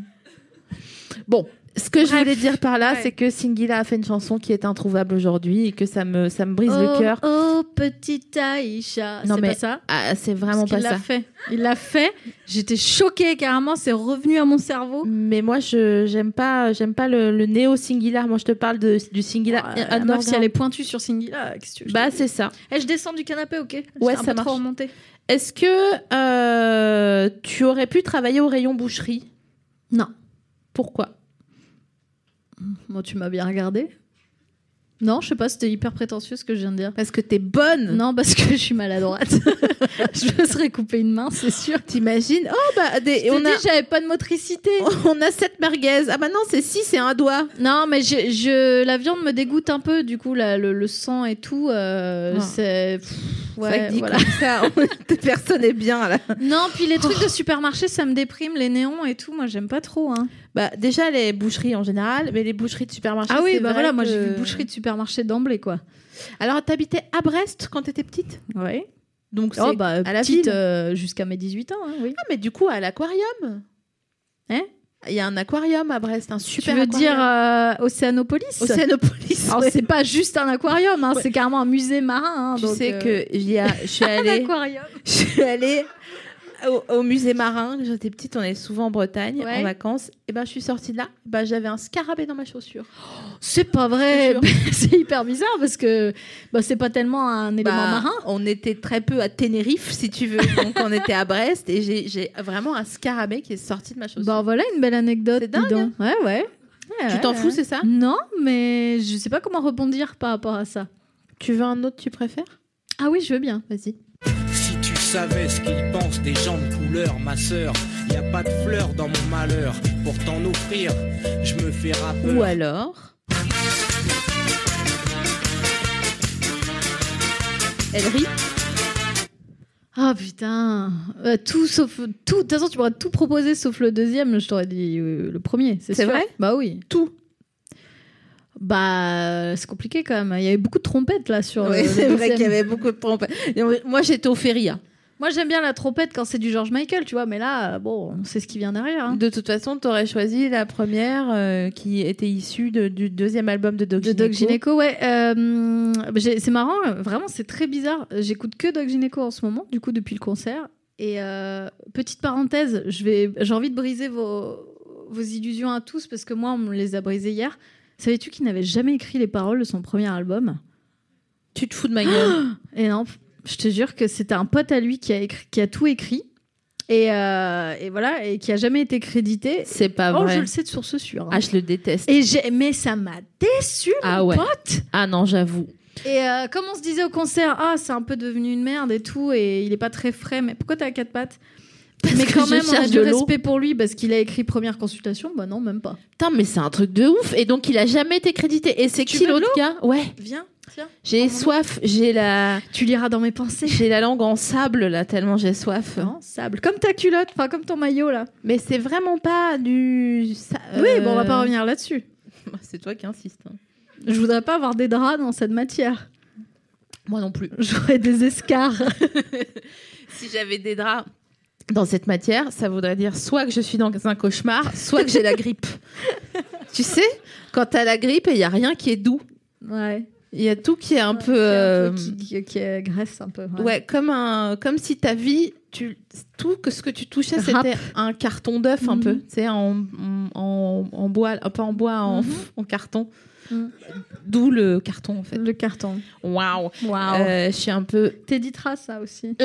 B: Bon, ce que je
C: Bref,
B: voulais dire par là,
C: ouais.
B: c'est que Singila a fait une chanson qui est introuvable aujourd'hui et que ça me, ça me brise
C: pas.
B: le
C: Oh,
B: cœur.
C: Oh, petite Aïcha.
B: Non,
C: C'est
B: mais
C: pas ça
B: Ah, c'est vraiment
C: Parce
B: pas
C: qu'il
B: ça.
C: l'a fait. Il l'a fait. J'étais choquée carrément. C'est revenu à mon cerveau.
B: Mais moi, je j'aime pas, j'aime pas le, le néo Singila. Moi, je te parle de, du Singila.
C: Ah, la meuf, si elle est pointue sur Singila, qu'est-ce que tu veux que je
B: Bah, c'est ça.
C: Eh, je descends du canapé, ok
B: Ouais,
C: C'est un
B: ça
C: peu
B: marche.
C: Trop remonté.
B: Est-ce que euh, tu aurais pu travailler au rayon boucherie
C: Non.
B: Pourquoi
C: Moi, tu m'as bien regardé. Non, je sais pas, c'était hyper prétentieux ce que je viens de dire.
B: Parce que t'es bonne.
C: Non, parce que je suis maladroite. je me serais coupé une main, c'est sûr.
B: T'imagines Oh bah des-
C: Et on dit, j'avais pas de motricité.
B: On a 7 merguez. Ah bah non, c'est 6 c'est un doigt.
C: Non, mais je, je- la viande me dégoûte un peu, du coup, la- le, le sang et tout. euh,
B: Ah.
C: c'est- pff,
B: C'est vrai
C: ouais,
B: que dit
C: voilà.
B: comme ça, on- personne n'est bien là.
C: Non, puis les trucs de supermarché, ça me déprime, les néons et tout. Moi, j'aime pas trop. hein.
B: Bah, déjà les boucheries en général, mais les boucheries de supermarché.
C: Ah oui,
B: c'est
C: bah
B: vrai
C: voilà, moi
B: que-
C: j'ai vu boucherie de supermarché d'emblée, quoi.
B: Alors, t'habitais à Brest quand t'étais petite
C: Ouais.
B: Donc, c'est
C: Oh bah
B: à la
C: petite
B: ville.
C: euh, jusqu'à mes 18 ans, hein, oui.
B: Ah, mais du coup, à l'aquarium.
C: Hein
B: Il y a un aquarium à Brest, un super
C: tu veux
B: aquarium.
C: dire euh, Océanopolis
B: Océanopolis.
C: Alors
B: ouais.
C: c'est pas juste un aquarium, hein,
B: Ouais.
C: c'est carrément un musée marin. hein,
B: Tu
C: donc,
B: sais
C: euh,
B: que j'y a- je suis
C: un
B: allée,
C: aquarium.
B: je suis allée au, au musée marin. quand J'étais petite, on allait souvent en Bretagne
C: Ouais.
B: en vacances. Et ben, je suis sortie de là. Ben, j'avais un scarabée dans ma chaussure.
C: C'est pas vrai.
B: Je
C: c'est hyper bizarre parce que bah, c'est pas tellement un élément
B: Bah,
C: marin.
B: On était très peu à Tenerife, si tu veux. Donc, on était à Brest et j'ai- j'ai vraiment un scarabée qui est sorti de ma chaussure.
C: Bah voilà une belle anecdote.
B: C'est
C: dis
B: dingue.
C: donc. Ouais ouais.
B: tu
C: Ouais, ouais,
B: t'en
C: ouais.
B: fous, c'est ça
C: Non, mais je sais pas comment rebondir par rapport à ça.
B: Tu veux un autre, tu préfères
C: Ah oui, je veux bien. Vas-y.
F: Si tu savais ce qu'ils pensent des gens de couleur, ma sœur, y a pas de fleurs dans mon malheur. Pour t'en offrir, je me fais rappeur.
B: Ou alors. Elle rit.
C: Ah putain, Euh, tout sauf tout. De toute façon, tu pourrais tout proposer sauf le deuxième. Je t'aurais dit euh, le premier. C'est
B: C'est
C: sûr.
B: vrai
C: Bah oui.
B: Tout.
C: Bah c'est compliqué quand même. Il y avait beaucoup de trompettes là sur. euh,
B: Ouais,
C: le-
B: c'est
C: le
B: vrai qu'il y
C: deuxième.
B: avait beaucoup de trompettes. Moi, j'étais au Feria.
C: Moi j'aime bien la trompette quand c'est du George Michael, tu vois. Mais là, euh, bon, on sait ce qui vient derrière. hein.
B: De toute façon, t'aurais choisi la première euh, qui était issue de- du deuxième album de Doc
C: De Doc
B: Gynéco.
C: Gineco, ouais. euh, j'ai- c'est marrant, euh, vraiment, c'est très bizarre. J'écoute que Doc Gineco en ce moment, du coup, depuis le concert. Et euh, petite parenthèse, je vais- j'ai envie de briser vos, vos illusions à tous, parce que moi, on me les a brisées hier. Savais-tu qu'il n'avait jamais écrit les paroles de son premier album
B: Tu te fous de ma gueule.
C: Et non, je te jure que c'était un pote à lui qui a, écrit, qui a tout écrit. Et, euh, et voilà, et qui a jamais été crédité.
B: c'est pas
C: oh,
B: vrai.
C: je le sais de source sûre. hein.
B: Ah, je le déteste.
C: Et j'ai- mais ça m'a déçu, mon
B: Ah ouais.
C: pote
B: Ah non, j'avoue.
C: Et euh, comme on se disait au concert, ah, c'est un peu devenu une merde et tout, et il est pas très frais, mais pourquoi t'es à quatre pattes Mais
B: que
C: quand
B: je
C: même, on a
B: cherche
C: du
B: de l'eau.
C: respect pour lui parce qu'il a écrit première consultation. Bah non, même pas.
B: Putain, mais c'est un truc de ouf. Et donc, il a jamais été crédité. Et c'est
C: Tu
B: qui
C: veux de Oh,
B: l'autre gars Ouais.
C: Viens, viens.
B: J'ai soif. J'ai la,
C: Tu liras dans mes pensées.
B: j'ai la langue en sable là tellement j'ai soif.
C: Non, sable. Comme ta culotte, enfin comme ton maillot là.
B: Mais c'est vraiment pas du. ça- euh,
C: Oui, bon, on va pas revenir là-dessus.
B: C'est toi qui insiste. hein.
C: Je voudrais pas avoir des draps dans cette matière.
B: Moi non plus.
C: J'aurais des escarres.
B: Si j'avais des draps dans cette matière, ça voudrait dire soit que je suis dans un cauchemar, soit que j'ai la grippe. tu sais, quand t'as la grippe et il y a rien qui est doux,
C: Ouais.
B: il y a tout qui est un peu, euh,
C: Qui, qui- qui, euh, graisse un peu.
B: ouais, comme un, comme si ta vie, tu, tout que ce que tu touchais,
C: Rap.
B: c'était un carton d'œuf un
C: Mhm.
B: peu, tu sais, en, en, en bois, euh, pas en bois, en,
C: Mhm.
B: en carton.
C: Mhm.
B: D'où le carton en fait.
C: Le carton.
B: Waouh.
C: Waouh.
B: Euh, je suis un peu,
C: Teddy Trace, ça aussi.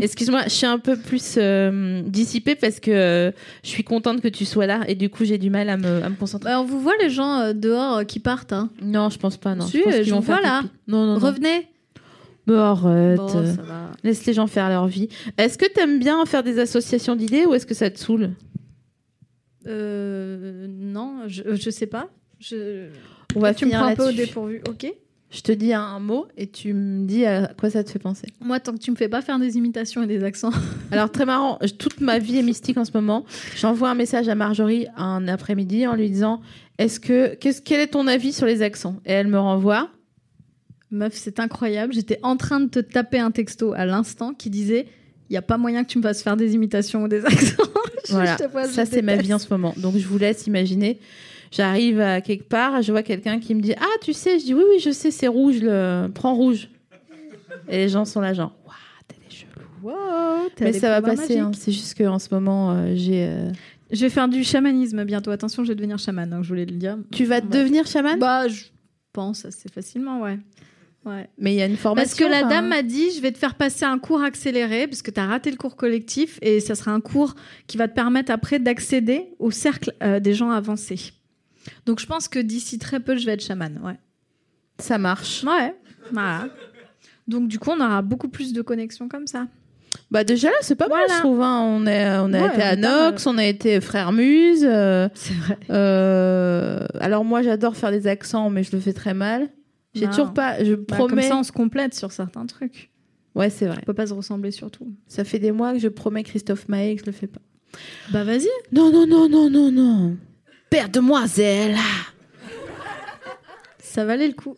B: excuse-moi, je suis un peu plus euh, dissipée parce que euh, je suis contente que tu sois là et du coup j'ai du mal à me, à me concentrer.
C: Bah, on vous voit les gens euh, dehors euh, qui partent. Hein.
B: Non, je pense pas. Non.
C: Si,
B: je pense
C: euh,
B: qu'ils
C: je
B: vont
C: vous vois,
B: faire
C: là.
B: pipi. Non, non, euh, non.
C: Revenez.
B: Mais arrête.
C: Bon, ça va.
B: Laisse les gens faire leur vie. Est-ce que t'aimes bien faire des associations d'idées ou est-ce que ça te saoule
C: Euh, non, je, je sais pas. Je...
B: On va
C: tu me
B: finir
C: prends un peu au
B: là-dessus.
C: dépourvu. Ok.
B: Je te dis un mot et tu me dis à quoi ça te fait penser.
C: Moi, tant que tu me fais pas faire des imitations et des accents.
B: Alors très marrant, je- toute ma vie est mystique en ce moment. J'envoie un message à Marjorie un après-midi en lui disant "Est-ce que qu'est-ce quel est ton avis sur les accents Et elle me renvoie
C: Meuf, c'est incroyable. J'étais en train de te taper un texto à l'instant qui disait il y a pas moyen que tu me fasses faire des imitations ou des accents. Je-
B: voilà,
C: je te vois, je
B: ça c'est ma
C: déteste.
B: vie en ce moment. Donc je vous laisse imaginer. J'arrive à quelque part, je vois quelqu'un qui me dit "Ah, tu sais." Je dis "Oui oui, je sais, c'est rouge le prends rouge." Et les gens sont là genre "Waouh, t'es des chelous."
C: Wow, t'as
B: Mais
C: des
B: ça va
C: pouvoirs
B: passer, hein.
C: magiques.
B: c'est juste que en ce moment euh, j'ai euh,
C: Je vais faire du chamanisme bientôt. Attention, je vais devenir chamane. hein, je voulais le dire.
B: Tu vas devenir chamane
C: Bah, je pense assez facilement, ouais. Ouais.
B: Mais il y a une formation.
C: Parce que la
B: enfin.
C: dame m'a dit, je vais te faire passer un cours accéléré, parce que tu as raté le cours collectif, et ça sera un cours qui va te permettre après d'accéder au cercle euh, des gens avancés. Donc je pense que d'ici très peu, je vais être chamane. Ouais.
B: ça marche.
C: Ouais. Voilà. Donc du coup, on aura beaucoup plus de connexions comme ça.
B: Bah déjà là, c'est pas mal,
C: Voilà.
B: je trouve. hein. On, est, on a
C: Ouais,
B: été à
C: on est pas
B: Nox, on a été Frère Muse. euh,
C: C'est vrai.
B: euh, alors moi, j'adore faire des accents, mais je le fais très mal. J'ai
C: Non.
B: toujours pas. Je
C: Bah, Comme
B: promets.
C: ça, on se complète sur certains trucs.
B: Ouais, c'est vrai.
C: On peut pas se ressembler sur tout.
B: Ça fait des mois que je promets Christophe Maé que je le fais pas.
C: Bah vas-y.
B: Non, non, non, non, non, non. Père demoiselle.
C: Ça valait le coup.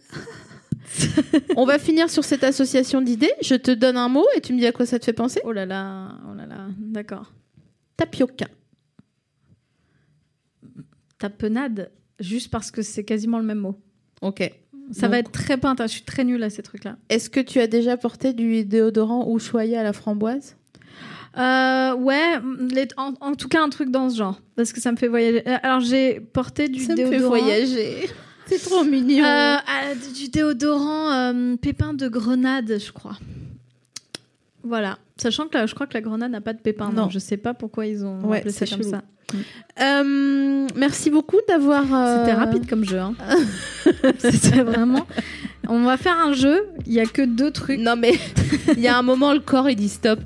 B: On va finir sur cette association d'idées. Je te donne un mot et tu me dis à quoi ça te fait penser.
C: Oh là là, oh là là. D'accord.
B: Tapioca.
C: Tapenade, juste parce que c'est quasiment le même mot.
B: Ok.
C: Ça va
B: Donc-
C: être très peinte. hein, Je suis très nulle à ces trucs-là.
B: Est-ce que tu as déjà porté du déodorant ou à la framboise
C: Euh, ouais, les- en, en tout cas un truc dans ce genre, parce que ça me fait voyager. Euh, Alors j'ai porté du déodorant.
B: voyager. C'est trop mignon.
C: Euh, ah, d- du déodorant euh, pépin de grenade, je crois. Voilà. Sachant que là, je crois que la grenade n'a pas de pépin.
B: Non.
C: Non. Je sais pas pourquoi ils ont
B: Ouais,
C: appelé
B: c'est
C: ça comme
B: chelou.
C: ça.
B: Euh, merci beaucoup d'avoir. euh,
C: C'était rapide comme jeu. hein. C'était vraiment. On va faire un jeu. Il y a que deux trucs.
B: Non mais il y a un moment le corps il dit stop.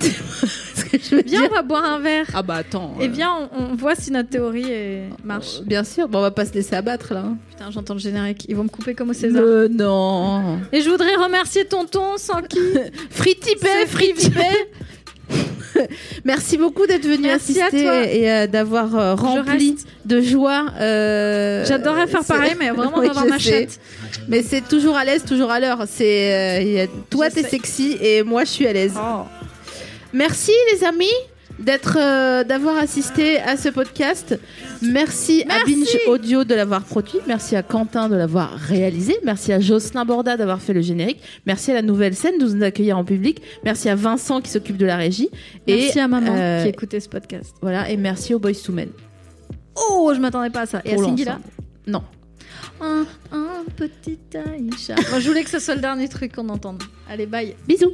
B: Ce que je veux
C: Viens,
B: dire.
C: on va boire un verre.
B: Ah bah attends. euh,
C: Et bien, on, on voit si notre théorie est- marche.
B: Bien sûr. Bon on va pas se laisser abattre là. hein.
C: Putain, j'entends le générique. Ils vont me couper comme au César.
B: Euh, non.
C: Et je voudrais remercier Tonton sans qui.
B: Fritipé,
C: C'est
B: fritipé. Merci beaucoup d'être venu
C: Merci à
B: assister
C: toi.
B: et euh, d'avoir euh, rempli
C: reste.
B: de joie. euh,
C: J'adorerais faire
B: ce-
C: pareil, mais vraiment
B: Oui,
C: d'avoir
B: je
C: ma
B: sais.
C: chatte.
B: Mais c'est toujours à l'aise, toujours à l'heure. C'est euh, il y a- toi
C: Je
B: t'es
C: sais.
B: sexy et moi je suis à l'aise.
C: Oh.
B: Merci les amis d'être euh, d'avoir assisté à ce podcast. Merci, à Binge Audio de l'avoir produit, merci à Quentin de l'avoir réalisé, merci à Jocelyn Borda d'avoir fait le générique, merci à la nouvelle scène de nous accueillir en public, merci à Vincent qui s'occupe de la régie
C: Merci
B: et
C: à maman
B: euh,
C: qui écoutait ce podcast.
B: voilà et merci aux Boys to Men.
C: Oh, je m'attendais pas à ça. Et à
B: pour
C: Cindy là
B: l'ensemble. Non.
C: un, un petit Aïcha. Moi, je voulais que ce soit le dernier truc qu'on entende. Allez, bye.
B: Bisous.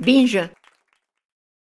G: Binge.